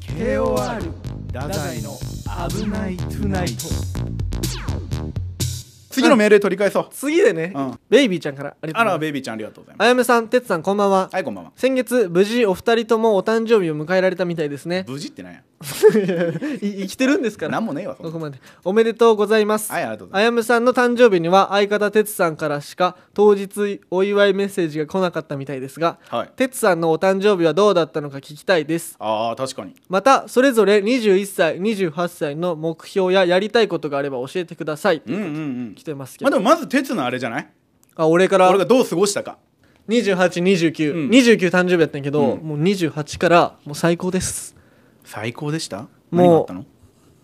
Speaker 1: KOR
Speaker 2: 太
Speaker 1: 宰の
Speaker 2: 危ないトゥナイト次のメールで取り返そう、
Speaker 1: 次でね、
Speaker 2: うん
Speaker 1: ベイビーちゃんからありがと
Speaker 2: あ
Speaker 1: うございま
Speaker 2: ら
Speaker 1: す
Speaker 2: ベイビーちゃんありがとうございま
Speaker 1: あやめさんてつさんこんばんは、
Speaker 2: すはいこんばんは
Speaker 1: 先月無事お二人ともお誕生日を迎えられたみたいですね
Speaker 2: 無事ってなんや
Speaker 1: い生きてるんですから
Speaker 2: 何もねえわそん
Speaker 1: こ
Speaker 2: な
Speaker 1: こまでおめでとうございます、
Speaker 2: はいありがとうご
Speaker 1: あ
Speaker 2: ざい
Speaker 1: やむさんの誕生日には相方てつさんからしか当日お祝いメッセージが来なかったみたいですが
Speaker 2: ますはい
Speaker 1: てつさんのお誕生日はどうだったのか聞きたいです
Speaker 2: あー確かに
Speaker 1: またそれぞれ21歳28歳の目標ややりたいことがあれば教えてください、
Speaker 2: うんうんうん
Speaker 1: 来てますけ
Speaker 2: まあ
Speaker 1: ど、
Speaker 2: でもまず鉄のあれじゃない
Speaker 1: あ俺から
Speaker 2: 俺がどう過ごしたか
Speaker 1: 282929、
Speaker 2: うん
Speaker 1: 29誕生日やったんやけど、
Speaker 2: うん
Speaker 1: もう28からもう最高です
Speaker 2: 最高でした
Speaker 1: う
Speaker 2: 何があったの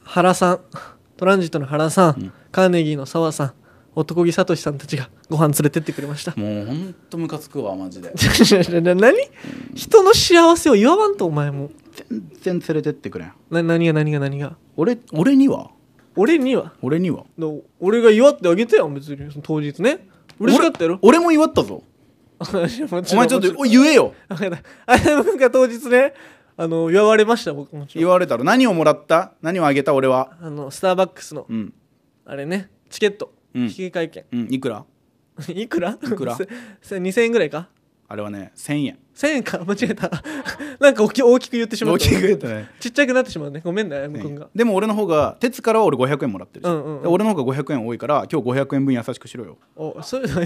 Speaker 1: 原さん トランジットの原さん、
Speaker 2: うん
Speaker 1: カーネギーの澤さん男木聡さんたちがご飯連れてってくれました
Speaker 2: もうほんとムカつくわマジで
Speaker 1: な何人の幸せを言わんとお前も
Speaker 2: 全然連れてってくれん
Speaker 1: な何が何が何が
Speaker 2: 俺俺には
Speaker 1: 俺には
Speaker 2: 俺には
Speaker 1: の俺が祝ってあげてよ別にその当日ね嬉しかったやろ
Speaker 2: 俺俺も祝ったぞお
Speaker 1: お
Speaker 2: 前ちょっとお言えよ
Speaker 1: あやむが当日ねあの祝われました僕もちろん
Speaker 2: 言われたら何をもらった何をあげた俺は
Speaker 1: あのスターバックスの
Speaker 2: うん
Speaker 1: あれねチケット
Speaker 2: うん
Speaker 1: 引き換え券
Speaker 2: うんいくら
Speaker 1: いくら
Speaker 2: いくら
Speaker 1: せせ2000円ぐらいか
Speaker 2: あれはね1000円
Speaker 1: 1000円か 間違えたなんか大き大きく言ってしまっ
Speaker 2: 大
Speaker 1: た
Speaker 2: きく言ったね
Speaker 1: ちっちゃくなってしまうねごめんねあやむくんが
Speaker 2: でも俺の方が鉄からは俺500円もらってるし、
Speaker 1: うんうんうん
Speaker 2: で俺の方が500円多いから今日500円分優しくしろよ
Speaker 1: おそう いうの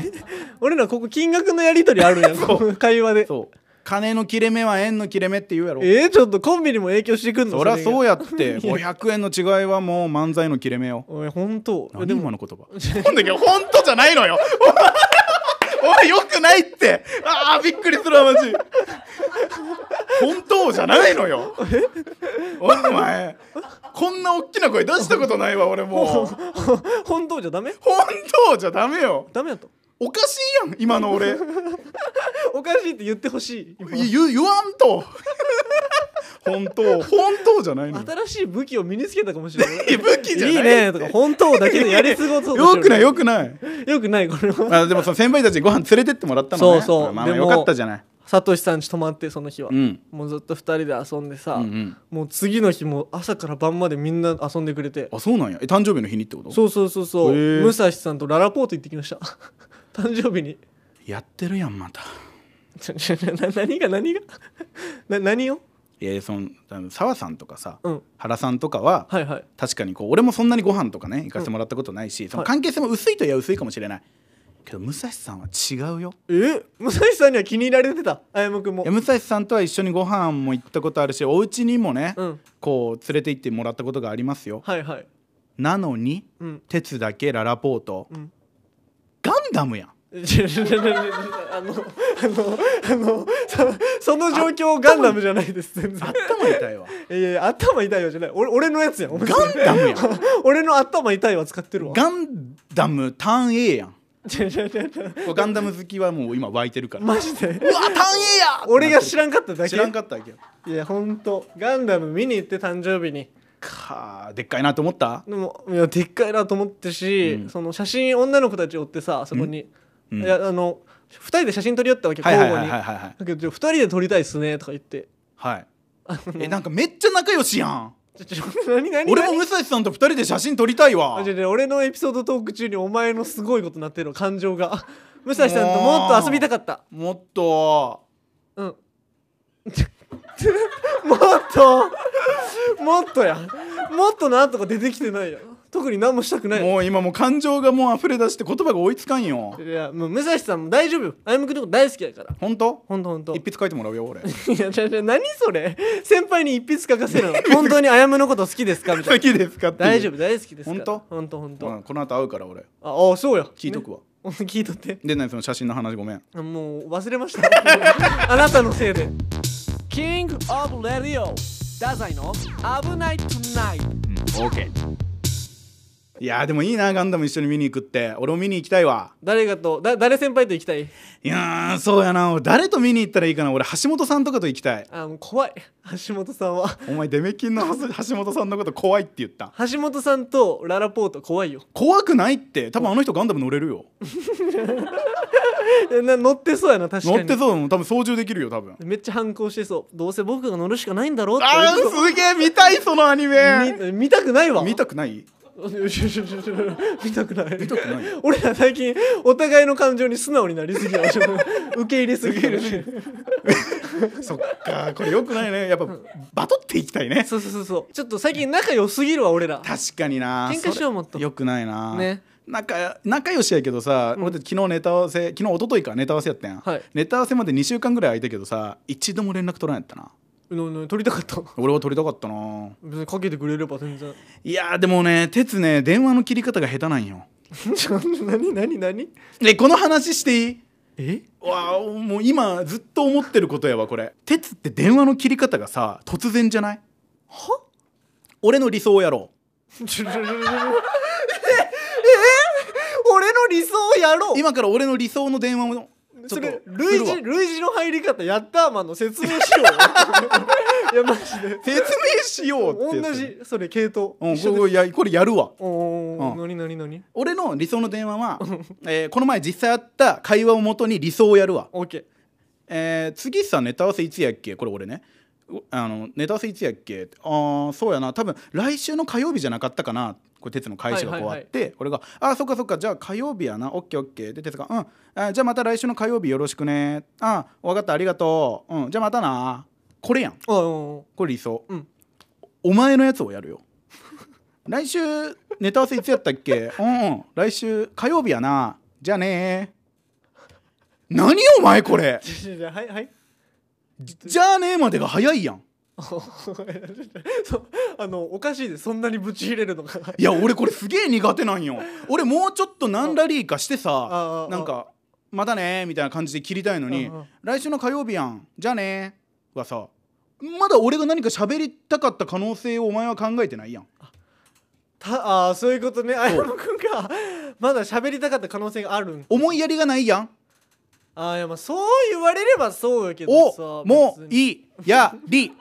Speaker 1: 俺らここ金額のやり取りあるやん会話で
Speaker 2: そう金の切れ目は円の切れ目って言うやろ
Speaker 1: えー、ちょっとコンビにも影響してくんの
Speaker 2: そりゃ
Speaker 1: れが
Speaker 2: そうやって500円の違いはもう漫才の切れ目よ
Speaker 1: おい本当いや
Speaker 2: 何
Speaker 1: でも
Speaker 2: 今の言葉本だけ本当じゃないのよ お前お前よくないってああびっくりするわマジ本当じゃないのよお前こんな大きな声出したことないわ俺もう
Speaker 1: 本当じゃダメ
Speaker 2: 本当じゃダメよ
Speaker 1: ダメやと
Speaker 2: おかしいやん今の 俺
Speaker 1: おかしいって言ってほしい今
Speaker 2: 言言わ んと本当本当じゃないのよ
Speaker 1: 新しい武器を身につけたかもしれない
Speaker 2: いや武器じゃない
Speaker 1: いねとか本当だけでやり過ごそうとして
Speaker 2: よ
Speaker 1: る
Speaker 2: くないよくない
Speaker 1: よくないこれは
Speaker 2: あでもその先輩たちにご飯連れてってもらったのね
Speaker 1: そうそう
Speaker 2: まあまあ
Speaker 1: でも
Speaker 2: よかったじゃない
Speaker 1: さとしさんち泊まってその日は、
Speaker 2: うん
Speaker 1: もうずっと2人で遊んでさ、
Speaker 2: うんうん
Speaker 1: もう次の日も朝から晩までみんな遊んでくれて
Speaker 2: あそうなんやえ誕生日の日にってこと
Speaker 1: そうそうそうそう
Speaker 2: へえ
Speaker 1: 武蔵さんとララポート行ってきました 誕生日に
Speaker 2: やってるやんまた
Speaker 1: ちょちょな何が何が な何を
Speaker 2: えそのあの澤さんとかさ、
Speaker 1: うん
Speaker 2: 原さんとかは
Speaker 1: はいはい
Speaker 2: 確かにこう俺もそんなにご飯とかね行かせてもらったことないし、その関係性も薄いといえば薄いかもしれないけど武蔵さんは違うよ
Speaker 1: え武蔵さんには気に入られてたあやむくんも
Speaker 2: いや武蔵さんとは一緒にご飯も行ったことあるしお家にもね、
Speaker 1: うん
Speaker 2: こう連れて行ってもらったことがありますよ
Speaker 1: はいはい
Speaker 2: なのに
Speaker 1: うん
Speaker 2: 鉄だけララポート、
Speaker 1: うん
Speaker 2: ガンダムやん
Speaker 1: ちょちょちょちょちょあの あのあの そその状況ガンダムじゃないです全然
Speaker 2: 頭痛いわ
Speaker 1: いやいや頭痛いわじゃない俺俺のやつやんお前
Speaker 2: ガンダムやん
Speaker 1: 俺の頭痛いは使ってるわ
Speaker 2: ガンダムターン A やんこ
Speaker 1: ちょちょちょちょ
Speaker 2: れガンダム好きはもう今湧いてるからうわ
Speaker 1: マジで
Speaker 2: ターン A や
Speaker 1: 俺が知
Speaker 2: 知
Speaker 1: らんかっただけ
Speaker 2: ら知らんかったわけよ
Speaker 1: いやほんとガンダム見に行って誕生日に
Speaker 2: かーでっかいなと思った
Speaker 1: でもいやでっかいなと思ってし、
Speaker 2: うん
Speaker 1: その写真女の子たち追ってさそこに、
Speaker 2: う
Speaker 1: い
Speaker 2: ん
Speaker 1: やあの2人で写真撮り合ったわけ
Speaker 2: はい
Speaker 1: 交
Speaker 2: はい
Speaker 1: 互
Speaker 2: はい
Speaker 1: に、
Speaker 2: はいはいはい
Speaker 1: だけど2人で撮りたいっすねとか言って
Speaker 2: はい
Speaker 1: あの
Speaker 2: えなんかめっちゃ仲良しやん
Speaker 1: ちょち ょ何何
Speaker 2: 俺も武蔵さんと二人で写真撮りたいわ
Speaker 1: あじゃあじゃあ俺のエピソードトーク中にお前のすごいことになってるの感情が武蔵さんともっと遊びたかった
Speaker 2: もっと
Speaker 1: うんもっともっとやもっとなんとか出てきてないや特に何もしたくない
Speaker 2: もう今もう感情がもう溢れ出して言葉が追いつかんよ
Speaker 1: いやもう武蔵さんも大丈夫よ歩夢君のこと大好きだから
Speaker 2: 本当
Speaker 1: ほんとほんと
Speaker 2: 一筆書いてもらう よ俺
Speaker 1: いや、じゃじゃ何それ先輩に一筆書かせる の。本当にあやむのこと好きですかみたいな。
Speaker 2: 好きですかっていう
Speaker 1: 大丈夫、大好きですから。
Speaker 2: ほんと
Speaker 1: ほんとほんと
Speaker 2: うんこの後会うから俺
Speaker 1: あ、あ、そうや。
Speaker 2: 聞いとくわ、
Speaker 1: ね。 聞いとって。
Speaker 2: で何その写真の話ごめん
Speaker 1: あもう忘れました。 あなたのせいで。キングオブレディオ。ダザイの危ないトゥナイト。
Speaker 2: オーケーいやーでもいいなガンダム一緒に見に行くって俺も見に行きたいわ
Speaker 1: 誰がと、だ、誰先輩と行きたい
Speaker 2: いやーそうやな俺誰と見に行ったらいいかな俺橋本さんとかと行きたい
Speaker 1: あ、もう怖い。橋本さんは。
Speaker 2: お前デメキンの はす橋本さんのこと怖いって言った
Speaker 1: 橋本さんとララポート怖いよ。
Speaker 2: 怖くないって多分あの人ガンダム乗れるよ
Speaker 1: えな乗ってそうやな、確か
Speaker 2: 乗
Speaker 1: に。
Speaker 2: ってそうだもん多分操縦できるよ多分
Speaker 1: めっちゃ反抗してそう。どうせ僕が乗るしかないんだろうって
Speaker 2: あ
Speaker 1: 俺
Speaker 2: ー
Speaker 1: こ
Speaker 2: すげえ見たいそのアニメ
Speaker 1: 見見たくないわ
Speaker 2: 見たくない
Speaker 1: よしよしよしよし見たくない
Speaker 2: 見たくないよ
Speaker 1: 俺ら最近お互いの感情に素直になりすぎや受け入れすぎてる
Speaker 2: そっかこれよくないねやっぱバトっていきたいね
Speaker 1: そうそうそうそうちょっと最近仲良すぎるわ俺ら
Speaker 2: 確かにな
Speaker 1: 喧嘩しようもっと
Speaker 2: それよくないな、
Speaker 1: ね
Speaker 2: 仲仲良しやけどさ、俺って昨日ネタ合わせ昨日一昨日かネタ合わせやったやん、
Speaker 1: はい
Speaker 2: ネタ合わせまで2週間ぐらい空いたけどさ一度も連絡取らんやったな
Speaker 1: うのうの取りたかった
Speaker 2: 俺は取りたかったな
Speaker 1: 別にかけてくれれば全然
Speaker 2: いやーでもね鉄ね電話の切り方が下手なんよ
Speaker 1: ちょ何何何
Speaker 2: えこの話していい
Speaker 1: え
Speaker 2: わあもう今ずっと思ってることやわこれ鉄って電話の切り方がさ突然じゃない
Speaker 1: は
Speaker 2: 俺の理想をやろ
Speaker 1: ちょちょちょちょちょええ俺の理想をやろう
Speaker 2: う今から俺の理想の電話をちょ
Speaker 1: そ
Speaker 2: っと
Speaker 1: れ類
Speaker 2: す
Speaker 1: 似
Speaker 2: るわ
Speaker 1: 類似の入り方ヤッターマンの説明しよ うよいやマジで
Speaker 2: 説明しようってやつ
Speaker 1: 同じそれ系統
Speaker 2: うん、
Speaker 1: 一緒
Speaker 2: これ
Speaker 1: で
Speaker 2: これやこれやるわ
Speaker 1: おお
Speaker 2: うん
Speaker 1: 何何何
Speaker 2: 俺の理想の電話は、えーこの前実際あった会話をもとに理想をやるわ、
Speaker 1: オッケー
Speaker 2: えー次さネタ合わせいつやっけこれ俺ねうあのネタ合わせいつやっけああそうやな多分来週の火曜日じゃなかったかなこれ鉄の会社がこうあって、俺が「ああそっかそっかじゃあ火曜日やなオッケーオッケー」で鉄が「うんあーじゃあまた来週の火曜日よろしくねああ分かったありがとう、うん、じゃあまたな」これやん
Speaker 1: ああ
Speaker 2: これ理想、
Speaker 1: うん
Speaker 2: お前のやつをやるよ 来週ネタ合わせいつやったっ けうんうん来週火曜日やなじゃあねー何お前これ
Speaker 1: はいはい
Speaker 2: じゃあねーまでが早いやん
Speaker 1: そうあのおかしいですそんなにぶち入れるのが
Speaker 2: いや俺これすげえ苦手なんよ俺もうちょっと何ラリーかして
Speaker 1: あ
Speaker 2: さ
Speaker 1: あ
Speaker 2: なんか「またね」みたいな感じで切りたいのに
Speaker 1: うんうん
Speaker 2: 「来週の火曜日やんじゃあねー」はさまだ俺が何か喋りたかった可能性をお前は考えてないやん
Speaker 1: たあーそういうことね綾野くんがまだ喋りたかった可能性があるん
Speaker 2: 思いやりがないやん
Speaker 1: あーいやまあそう言われればそうやけどさ
Speaker 2: おも
Speaker 1: 別に
Speaker 2: いや り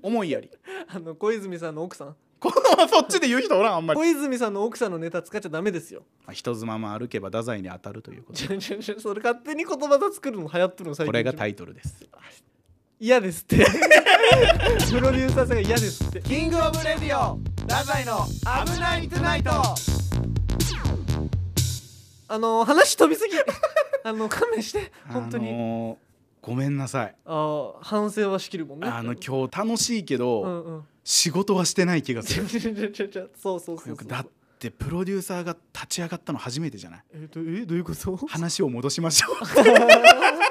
Speaker 2: 思いやり
Speaker 1: あの小泉さんの奥さん
Speaker 2: このそっちで言う人おらんあんまり
Speaker 1: 小泉さんの奥さんのネタ使っちゃダメですよ
Speaker 2: 人妻も歩けば太宰に当たるということ
Speaker 1: ちょちょちょそれ勝手に言葉で作るの流行ってるの最近
Speaker 2: これがタイトルです
Speaker 1: 嫌ですって プロデューサーさんが嫌ですって
Speaker 2: キングオブレディオ太宰の危ないトゥナイト
Speaker 1: あのー話飛びすぎ あの勘弁して本当に、あ
Speaker 2: にごめんなさい
Speaker 1: ー反省はしきるもんね
Speaker 2: あの今日楽しいけど、
Speaker 1: うんうん
Speaker 2: 仕事はしてない気がす
Speaker 1: ちょ
Speaker 2: る
Speaker 1: ちょちょちょちょそうそうそう
Speaker 2: よ
Speaker 1: そ
Speaker 2: く
Speaker 1: う
Speaker 2: だってプロデューサーが立ち上がったの初めてじゃない
Speaker 1: えどえどういうこと
Speaker 2: 話を戻しましょう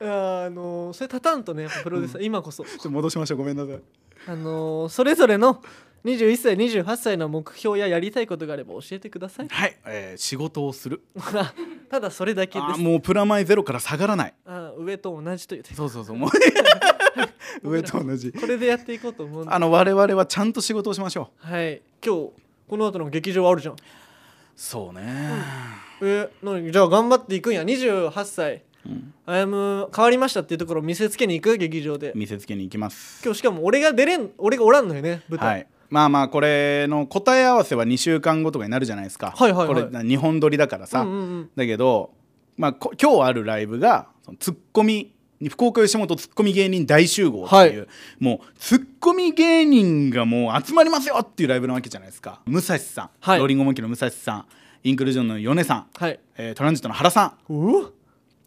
Speaker 1: あーあのーそれ立たんとねやっぱプロデューサー、今こそ
Speaker 2: ちょっと戻しましょうご めんなさい
Speaker 1: あのーそれぞれの21歳28歳の目標ややりたいことがあれば教えてください
Speaker 2: はい、えー仕事をする
Speaker 1: ただそれだけです
Speaker 2: あーもうプラマイゼロから下がらない
Speaker 1: あー上と同じという点
Speaker 2: そうそうそうも う上と同じ
Speaker 1: これでやっていこうと思うんで
Speaker 2: あの我々はちゃんと仕事をしましょう
Speaker 1: はい今日この後の劇場あるじゃん
Speaker 2: そうね、
Speaker 1: え何じゃあ頑張っていくんや28歳あやむ変わりましたっていうところを見せつけに行く劇場で
Speaker 2: 見せつけに行きます
Speaker 1: 今日しかも俺が出れん俺がおらんのよね舞
Speaker 2: は
Speaker 1: 台、
Speaker 2: いまあまあこれの答え合わせは2週間後とかになるじゃないですか、
Speaker 1: はいはいはい
Speaker 2: これ日本撮りだからさ、
Speaker 1: うんうんうん
Speaker 2: だけど、まあ、こ今日あるライブがそのツッコミ福岡吉本ツッコミ芸人大集合っていう、
Speaker 1: は
Speaker 2: もうツッコミ芸人がもう集まりますよっていうライブなわけじゃないですか武蔵さん、
Speaker 1: はい
Speaker 2: ローリングモンキーの武蔵さんインクルージョンの米さん、
Speaker 1: はい
Speaker 2: えートランジットの原さん
Speaker 1: うお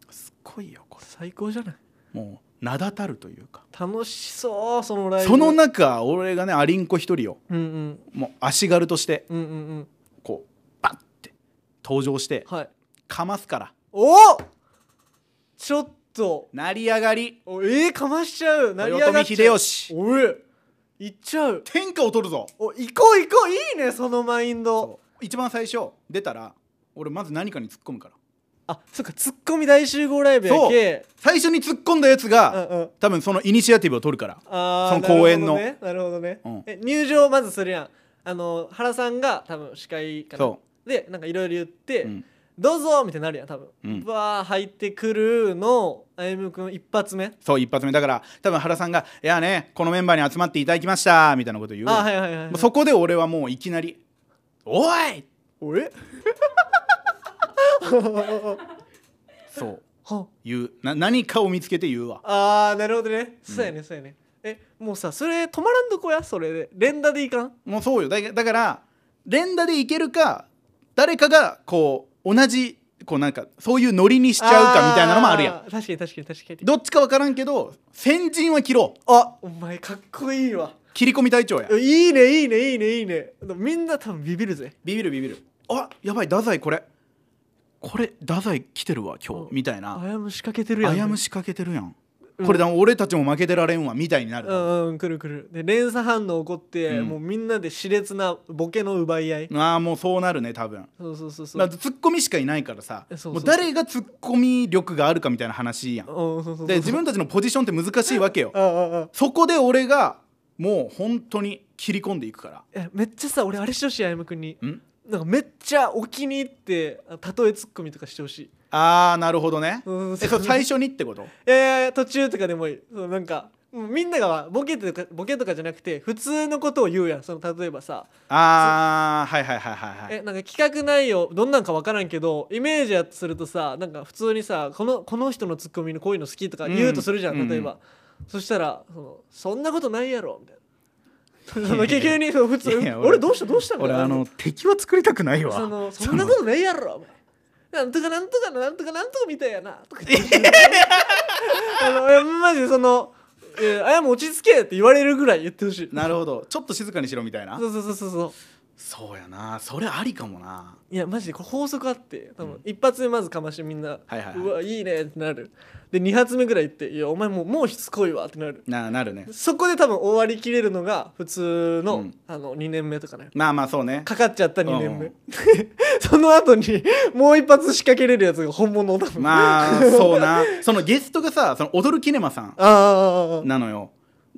Speaker 2: すっごいよこれ
Speaker 1: 最高じゃない
Speaker 2: もう名だたるというか
Speaker 1: 楽しそうそのライブ
Speaker 2: その中俺がねアリンコ一人を
Speaker 1: うんうん
Speaker 2: もう足軽として
Speaker 1: うんうんうん
Speaker 2: こうバッて登場して
Speaker 1: はい
Speaker 2: かますから
Speaker 1: おちょっと
Speaker 2: 成り上がり
Speaker 1: おえー、かましちゃう成り上
Speaker 2: 豊
Speaker 1: が
Speaker 2: 臣
Speaker 1: っちゃう
Speaker 2: 秀吉
Speaker 1: おえ行っちゃう
Speaker 2: 天下を取るぞ
Speaker 1: お行こう行こういいねそのマインド
Speaker 2: 一番最初出たら俺まず何かに突っ込むから
Speaker 1: あそっかツッコミ大集合ライブやけ
Speaker 2: 最初に突っ込んだやつが、
Speaker 1: うんうん
Speaker 2: 多分そのイニシアティブを取るから
Speaker 1: あ
Speaker 2: そ
Speaker 1: ー
Speaker 2: の公演の、
Speaker 1: なるほどねなる
Speaker 2: う
Speaker 1: ほどね
Speaker 2: ん
Speaker 1: え入場まずするやんあの原さんが多分司会かな
Speaker 2: そ
Speaker 1: でなんかいろいろ言って、
Speaker 2: うん
Speaker 1: どうぞみたいになるやん多分、
Speaker 2: うん
Speaker 1: わー入ってくるのあゆむくん一発目
Speaker 2: そう一発目だから多分原さんが「いやねこのメンバーに集まっていただきました」みたいなこと言う、
Speaker 1: あはいはいはい、はい
Speaker 2: もう、そこで俺はもういきなり「おい!
Speaker 1: おえ」
Speaker 2: そう
Speaker 1: は
Speaker 2: 言うな何かを見つけて言うわ
Speaker 1: あーなるほどねそうやね、そうやねえもうさそれ止まらんとこやそれで連打でいかん
Speaker 2: もうそうよだけだから連打でいけるか誰かがこう同じこうなんかそういうノリにし
Speaker 1: し
Speaker 2: ちゃうかみたいなのもあるやん
Speaker 1: ん確かに確かに確かに
Speaker 2: どっちか分からんけど先陣は切ろう
Speaker 1: あお前かっこいいわ
Speaker 2: 切り込み隊長や
Speaker 1: いいねいいねいいねいいねみんな多分ビビるぜ
Speaker 2: ビビるビビるあやばい太宰これこれ太宰来てるわ今
Speaker 1: うん
Speaker 2: 日みたい
Speaker 1: あ
Speaker 2: な
Speaker 1: やむ仕掛けてるやん
Speaker 2: あやむ仕掛けてるやん
Speaker 1: うん
Speaker 2: これだ俺たちも負けてられんわみたいにな
Speaker 1: う
Speaker 2: る
Speaker 1: んうんくるくるで連鎖反応起こって、
Speaker 2: うん
Speaker 1: もうみんなで熾烈なボケの奪い合い、
Speaker 2: ああもうそうなるね多分
Speaker 1: そうそうそうそう
Speaker 2: だってツッコミしかいないからさ
Speaker 1: そうそうそう
Speaker 2: もう誰がツッコミ力があるかみたいな話やん
Speaker 1: うんそうそうそう
Speaker 2: で自分たちのポジションって難しいわけよ
Speaker 1: あああ
Speaker 2: そこで俺がもう本当に切り込んでいくか
Speaker 1: えめっちゃさ俺あれしてほしいあやむくんに
Speaker 2: らん
Speaker 1: なんかめっちゃお気に入ってあ例えツッコミとかしてほしい
Speaker 2: あーなるほどね
Speaker 1: うん
Speaker 2: えそう最初にっ てこと
Speaker 1: いやいやいや途中とかでもいいそうなんかもうみんながボケてとかボケとかじゃなくて普通のことを言うやんその例えばさ
Speaker 2: ああはいはいはいはいはい
Speaker 1: えなんか企画内容どんなんか分からんけどイメージやとするとさなんか普通にさこのこの人のツッコミのこういうの好きとか言うとするじゃん、
Speaker 2: うん
Speaker 1: 例えば、そしたらその「そんなことないやろ」みたいな。その結局にその普通
Speaker 2: いやいや
Speaker 1: 俺
Speaker 2: 俺
Speaker 1: どうしたどうしたみたい
Speaker 2: 俺
Speaker 1: な
Speaker 2: あの敵は作りたくないわ
Speaker 1: そのそんなことないやろお前なんとかなんとかのなんとかなんとかみたいやなとか言って あのいやマジでその「えあやも落ち着け」って言われるぐらい言ってほしい
Speaker 2: なるほどちょっと静かにしろみたいな
Speaker 1: そうそうそうそうそう
Speaker 2: そうやなそれありかもない
Speaker 1: やマジでこれ法則あって多分一発目まずかましてみんな「
Speaker 2: はいはいはいう
Speaker 1: わいいね」ってなるで二発目ぐらい言って「いやお前もうもうしつこいわ」ってなる
Speaker 2: ななるね
Speaker 1: そこで多分終わりきれるのが普通の,、
Speaker 2: うん
Speaker 1: あの2年目とかね
Speaker 2: まあまあそうね
Speaker 1: かかっちゃった2年目、
Speaker 2: うん
Speaker 1: その後にもう一発仕掛けれるやつが本物だもん、
Speaker 2: まあそうなそのゲストがさその踊るキネマさん
Speaker 1: あ
Speaker 2: なのよ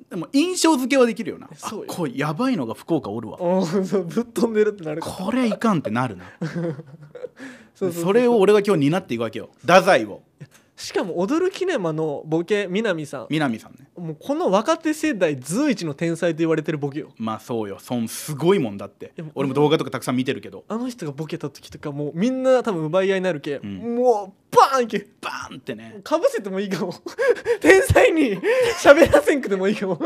Speaker 2: でも印象付けはできるよなあ
Speaker 1: そうよ
Speaker 2: これやばいのが福岡おるわ
Speaker 1: あうんそうぶっ飛んでるってなる
Speaker 2: これいかんってな るな
Speaker 1: そうそう
Speaker 2: それを俺が今日担っていくわけよ太宰を
Speaker 1: しかも「踊るキネマ」のボケ南さん
Speaker 2: 南さんね
Speaker 1: もうこの若手世代随一の天才と言われてるボケよ
Speaker 2: まあそうよそんすごいもんだって
Speaker 1: でも
Speaker 2: 俺も動画とかたくさん見てるけど
Speaker 1: あの人がボケた時とかもうみんな多分奪い合いになるけ、
Speaker 2: ん
Speaker 1: もうバーンいけ
Speaker 2: バーンってね
Speaker 1: かぶせてもいいかも 天才に 喋らせんくてもいいかも
Speaker 2: か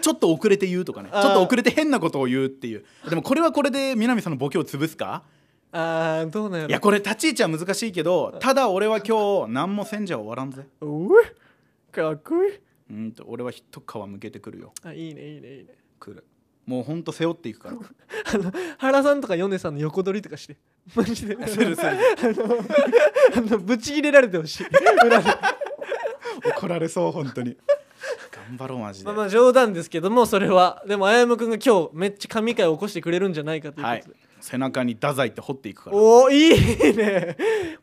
Speaker 2: ちょっと遅れて言うとかねちょ
Speaker 1: あー
Speaker 2: っと遅れて変なことを言うっていうでもこれはこれで南さんのボケを潰すか
Speaker 1: あーどうなんやろ
Speaker 2: いやこれ立ち位置は難しいけどただ俺は今日何もせんじゃ終わらんぜ
Speaker 1: うえかっこいい
Speaker 2: うんと俺は一皮むけてくるよ
Speaker 1: あいいねいいねいいね
Speaker 2: くるもうほんと背負っていく から
Speaker 1: あの原さんとか米さんの横取りとかしてマジであ
Speaker 2: するする
Speaker 1: のあのぶち切れられてほしい裏で
Speaker 2: 怒られそう本当に頑張ろうマジで
Speaker 1: まあまあ冗談ですけどもそれはでもあやむくんが今日めっちゃ神回を起こしてくれるんじゃないかということで、
Speaker 2: はい背中に太宰って掘っていくから
Speaker 1: おおいいね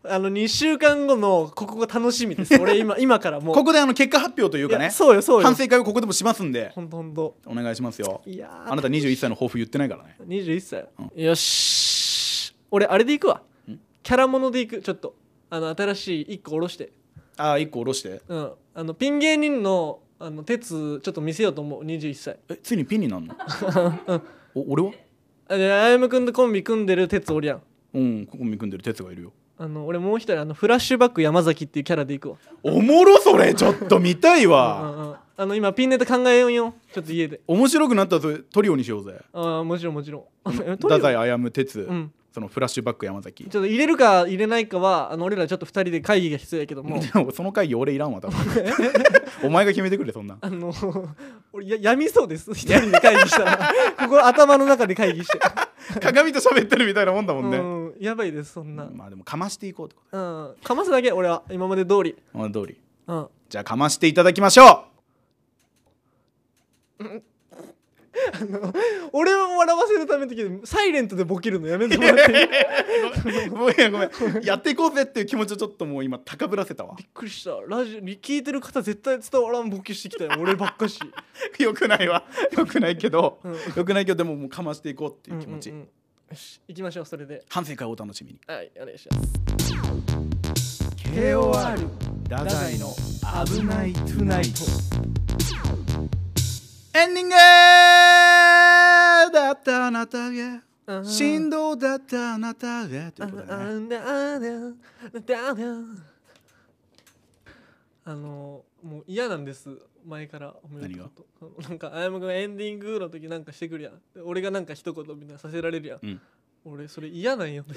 Speaker 1: あの2週間後のここが楽しみ です俺今今からもう
Speaker 2: ここであの結果発表というか
Speaker 1: いや
Speaker 2: ね
Speaker 1: そうよそうよ
Speaker 2: 反省会をここでもしますんで
Speaker 1: ほんとほんと
Speaker 2: お願いしますよ
Speaker 1: いやー
Speaker 2: あなた21歳の抱負言ってないからね
Speaker 1: 21歳、よし俺あれでいくわキャラものでいくちょっとあの新しい1個下ろして
Speaker 2: ああ1個下ろして
Speaker 1: うんあのピン芸人のあの鉄ちょっと見せようと思う21歳
Speaker 2: えついにピンに なんのお俺は
Speaker 1: あであやむくんとコンビ組んでる鉄おりやん
Speaker 2: うんここ見組んでる哲がいるよ
Speaker 1: あの俺もう一人あのフラッシュバック山崎っていうキャラでいくわ
Speaker 2: おもろそれちょっと見たい
Speaker 1: うん
Speaker 2: わ
Speaker 1: うんあの今ピンネタ考えようよちょっと家で
Speaker 2: 面白くなったらそれトリオにしようぜ
Speaker 1: ああもちろんもちろんえトリオ
Speaker 2: 太宰歩哲、
Speaker 1: ん
Speaker 2: そのフラッシュバック山崎
Speaker 1: ちょっと入れるか入れないかはあの俺らちょっと2人で会議が必要やけども
Speaker 2: でもその会議俺いらんわ多分 お前が決めてくれそんなん
Speaker 1: あの 俺ややみそうです1人で会議したら ここ頭の中で会議して、
Speaker 2: 鏡と喋ってるみたいなもんだもんね、
Speaker 1: うんやばいですそんな、うん
Speaker 2: まあでもかましていこうってこ
Speaker 1: かますだけ俺は今まで通り、
Speaker 2: とお前通り
Speaker 1: うん、
Speaker 2: じゃあかましていただきましょ
Speaker 1: 俺を笑わせるためだけどサイレントでボケるのやめてもらっていいびっ
Speaker 2: うごめんごめんやっていこうぜっていう気持ちをちょっともう今高ぶらせ たわ
Speaker 1: くりしたラジオに聞いてる方絶対伝わらんボケしてきた よ俺ばっかし
Speaker 2: よくないわよくないけど、よくないけどでももうかましていこうっていう気持ち、
Speaker 1: うんうんうんよし行きましょうそれで
Speaker 2: 反省会をお楽しみに
Speaker 1: はいお願いします
Speaker 2: KOR 太
Speaker 1: 宰の
Speaker 2: 危ないトゥナイトエンディングだったあなたが
Speaker 1: うん
Speaker 2: 振動だったあなたがということでね
Speaker 1: あのもう嫌なんです前から思う
Speaker 2: 何が
Speaker 1: ことそのなんかあやむくんエンディングの時なんかしてくるやんで俺がなんか一言みんなさせられるやん、
Speaker 2: うん
Speaker 1: 俺それ嫌なんよね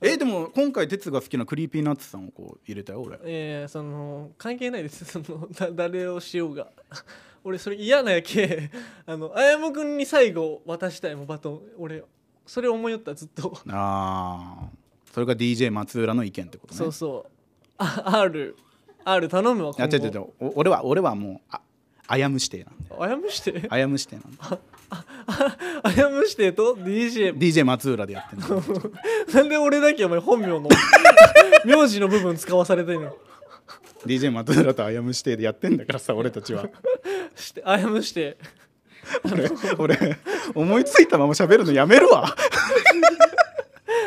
Speaker 2: えでも今回哲が好きなクリーピーナッツさんをこう入れたよ俺
Speaker 1: ええその関係ないです そのだ誰をしようが 俺それ嫌なやけ あのあやむくんに最後渡したいもんバトン俺それ思いよったずっと、
Speaker 2: ああそれが DJ 松浦の意見ってことね
Speaker 1: そうそうあ R R 頼むわ
Speaker 2: あ
Speaker 1: 今
Speaker 2: 違
Speaker 1: 後
Speaker 2: う違う違うお俺は俺はもうああやむ指定なんで
Speaker 1: あやむして
Speaker 2: あやむ指定なんで
Speaker 1: あやむしてと DJ
Speaker 2: DJ 松浦でやってん の
Speaker 1: なんで俺だけお前本名の 名字の部分使わされてんの
Speaker 2: DJ 松浦とあやむ指定でやってんだ からさ俺たちは
Speaker 1: してあやむして
Speaker 2: 俺俺思いついたまま喋るのやめるわ
Speaker 1: たまいて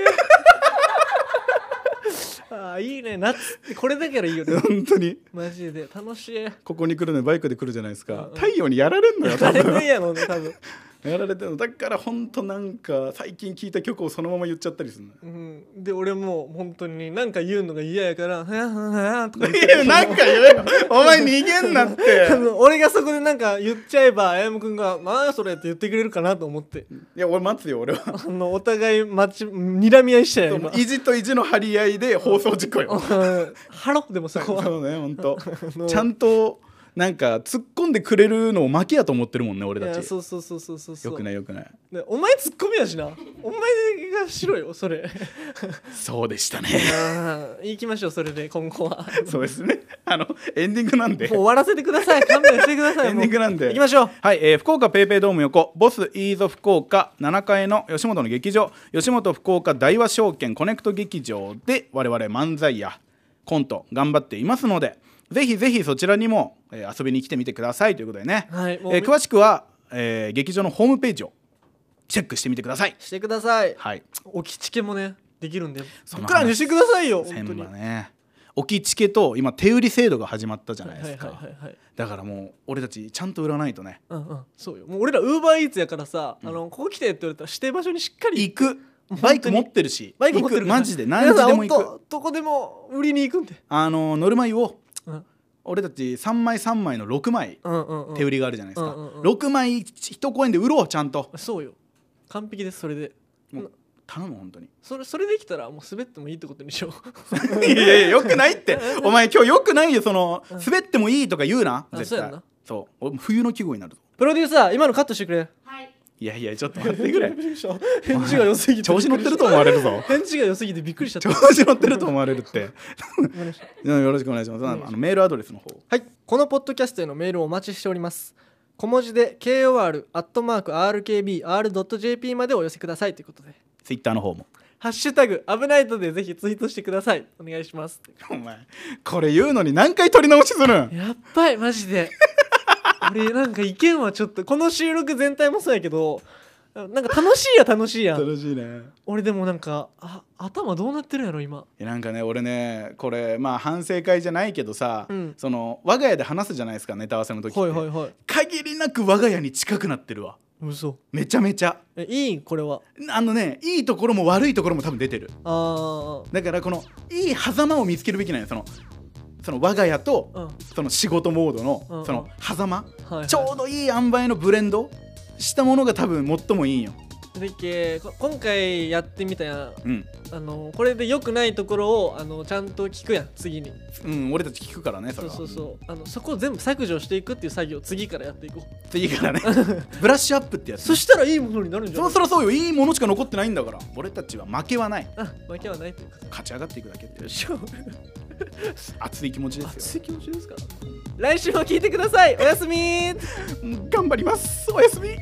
Speaker 1: あーいいね夏ってこれだからいいよね
Speaker 2: 本当に
Speaker 1: マジで楽しい
Speaker 2: ここに来るのにバイクで来るじゃないですか太陽にやられんのよ 多
Speaker 1: 誰も
Speaker 2: 分
Speaker 1: いやろうね多分
Speaker 2: やられてるのだから本当なんか最近聴いた曲をそのまま言っちゃった りするのよ
Speaker 1: うん、で俺もう本当になんか言うのが嫌やから「はやはやはや」とか言って
Speaker 2: いやなんか言えよお前逃げんなっ
Speaker 1: あ
Speaker 2: て
Speaker 1: の俺がそこでなんか言っちゃえばあやむくんが「まあそれ」って言ってくれるかなと思って
Speaker 2: いや俺待つよ俺は
Speaker 1: あのお互い待ち睨み合いしたよ今
Speaker 2: 意地と意地の張り合いで放送事故よ
Speaker 1: うんハロでもそこは
Speaker 2: そうね本 当
Speaker 1: の
Speaker 2: ちゃんとなんか突っ込んでくれるのを負けやと思ってるもんね俺
Speaker 1: い
Speaker 2: た
Speaker 1: や
Speaker 2: ち
Speaker 1: そうそうそうそうそうそ
Speaker 2: よ
Speaker 1: う
Speaker 2: くないよくない
Speaker 1: ねお前ツッコミやしなお前がしろよそれ
Speaker 2: そうでしたね
Speaker 1: ああ行きましょうそれで今後は
Speaker 2: そうですねあのエンディングなんで
Speaker 1: もう終わらせてください勘弁してくだ さい
Speaker 2: エンディングなんで
Speaker 1: もう行きましょう
Speaker 2: はい、えー福岡ペイペイドーム横ボスイーゾ福岡7階の吉本の劇場吉本福岡大和証券コネクト劇場で我々漫才やコント頑張っていますのでぜひぜひそちらにも、えー遊びに来てみてくださいということでね、
Speaker 1: はいもう
Speaker 2: えー詳しくは、えー劇場のホームページをチェックしてみてください
Speaker 1: してください
Speaker 2: はい
Speaker 1: おきちけもねできるんでそ
Speaker 2: の
Speaker 1: っ
Speaker 2: 話
Speaker 1: からにしてくださいよ本
Speaker 2: 千
Speaker 1: 当に
Speaker 2: 葉ね置きチケと今手売り制度が始まったじゃないですか、
Speaker 1: はいはいはいはい
Speaker 2: だからもう俺たちちゃんと売らないとね
Speaker 1: うんうんそうよもう俺らウーバーイーツやからさ、あのここ来てって言われたら指定場所にしっかり
Speaker 2: 行くバイク持ってるし
Speaker 1: バイク持って
Speaker 2: 行
Speaker 1: る
Speaker 2: くマジで何時でも行く
Speaker 1: くどこでも売りに行くんで、
Speaker 2: あのノルマイを
Speaker 1: うん、
Speaker 2: 俺たち3枚3枚の6枚
Speaker 1: うんうんうん
Speaker 2: 手売りがあるじゃないですか、
Speaker 1: うんうんうん
Speaker 2: 6枚1公演で売ろうちゃんと
Speaker 1: そうよ完璧ですそれで
Speaker 2: もう頼む 本当に
Speaker 1: それそれできたらもう滑ってもいいってことにしよう
Speaker 2: いやいやよくないってお前今日よくないよその滑ってもいいとか言うな
Speaker 1: あ
Speaker 2: 絶
Speaker 1: そうや
Speaker 2: 対
Speaker 1: んな
Speaker 2: そう俺冬の季語になるぞ
Speaker 1: プロデューサー今のカットしてくれ
Speaker 3: はい。
Speaker 2: いやいやちょっと待ってくれ
Speaker 1: 返事が良すぎて
Speaker 2: 調子乗ってると思われるぞ
Speaker 1: 返事が良すぎてびっくりしちゃった
Speaker 2: 調子乗ってると思われるって うんよろしくお願いしますあのメールアドレスの方
Speaker 1: はいこのポッドキャストへのメールをお待ちしております小文字で kor.rkbr.jp までお寄せくださいということで
Speaker 2: ツイッターの方も
Speaker 1: ハッシュタグ危ないとでぜひツイートしてくださいお願いします
Speaker 2: お前これ言うのに何回取り直しするん
Speaker 1: やっばいマジで 俺なんか意見はちょっとこの収録全体もそうやけどなんか楽しいや楽しいやん
Speaker 2: 楽しいね
Speaker 1: 俺でもなんかあ頭どうなってるんやろ今
Speaker 2: いやなんかね俺ねこれまあ反省会じゃないけどさ、
Speaker 1: うん
Speaker 2: その我が家で話すじゃないですかネタ合わせの時って、
Speaker 1: はいはいはい
Speaker 2: 限りなく我が家に近くなってるわ
Speaker 1: 嘘
Speaker 2: めちゃめちゃ
Speaker 1: えいいこれは
Speaker 2: あのねいいところも悪いところも多分出てる
Speaker 1: あ
Speaker 2: だからこのいい狭間を見つけるべきなんよそのその我が家と、
Speaker 1: うん
Speaker 2: その仕事モードの、
Speaker 1: うんうん
Speaker 2: その狭間、
Speaker 1: あ、はいはい、
Speaker 2: ちょうどいい塩梅のブレンドしたものが多分最もいいんよ
Speaker 1: でっけこ今回やってみたやん
Speaker 2: うん、
Speaker 1: あのこれで良くないところをあのちゃんと聞くやん次に
Speaker 2: うん、俺たち聞くからねそ
Speaker 1: そ
Speaker 2: れ
Speaker 1: う
Speaker 2: は
Speaker 1: そうそうあのそこを全部削除していくっていう作業を次からやっていこう
Speaker 2: いいからねブラッシュアップってやつね
Speaker 1: そしたらいいものになるんじゃ
Speaker 2: そ
Speaker 1: な
Speaker 2: ろ
Speaker 1: い
Speaker 2: そろそうよいいものしか残ってないんだから俺たちは負けはない
Speaker 1: あ負けはないということで
Speaker 2: 勝ち上がっていくだけっていう
Speaker 1: しょう
Speaker 2: 熱い気持ちで
Speaker 1: 熱
Speaker 2: す
Speaker 1: い気持ちですから来週も聞いてくださいおやすみ
Speaker 2: よ頑張りますおやすみ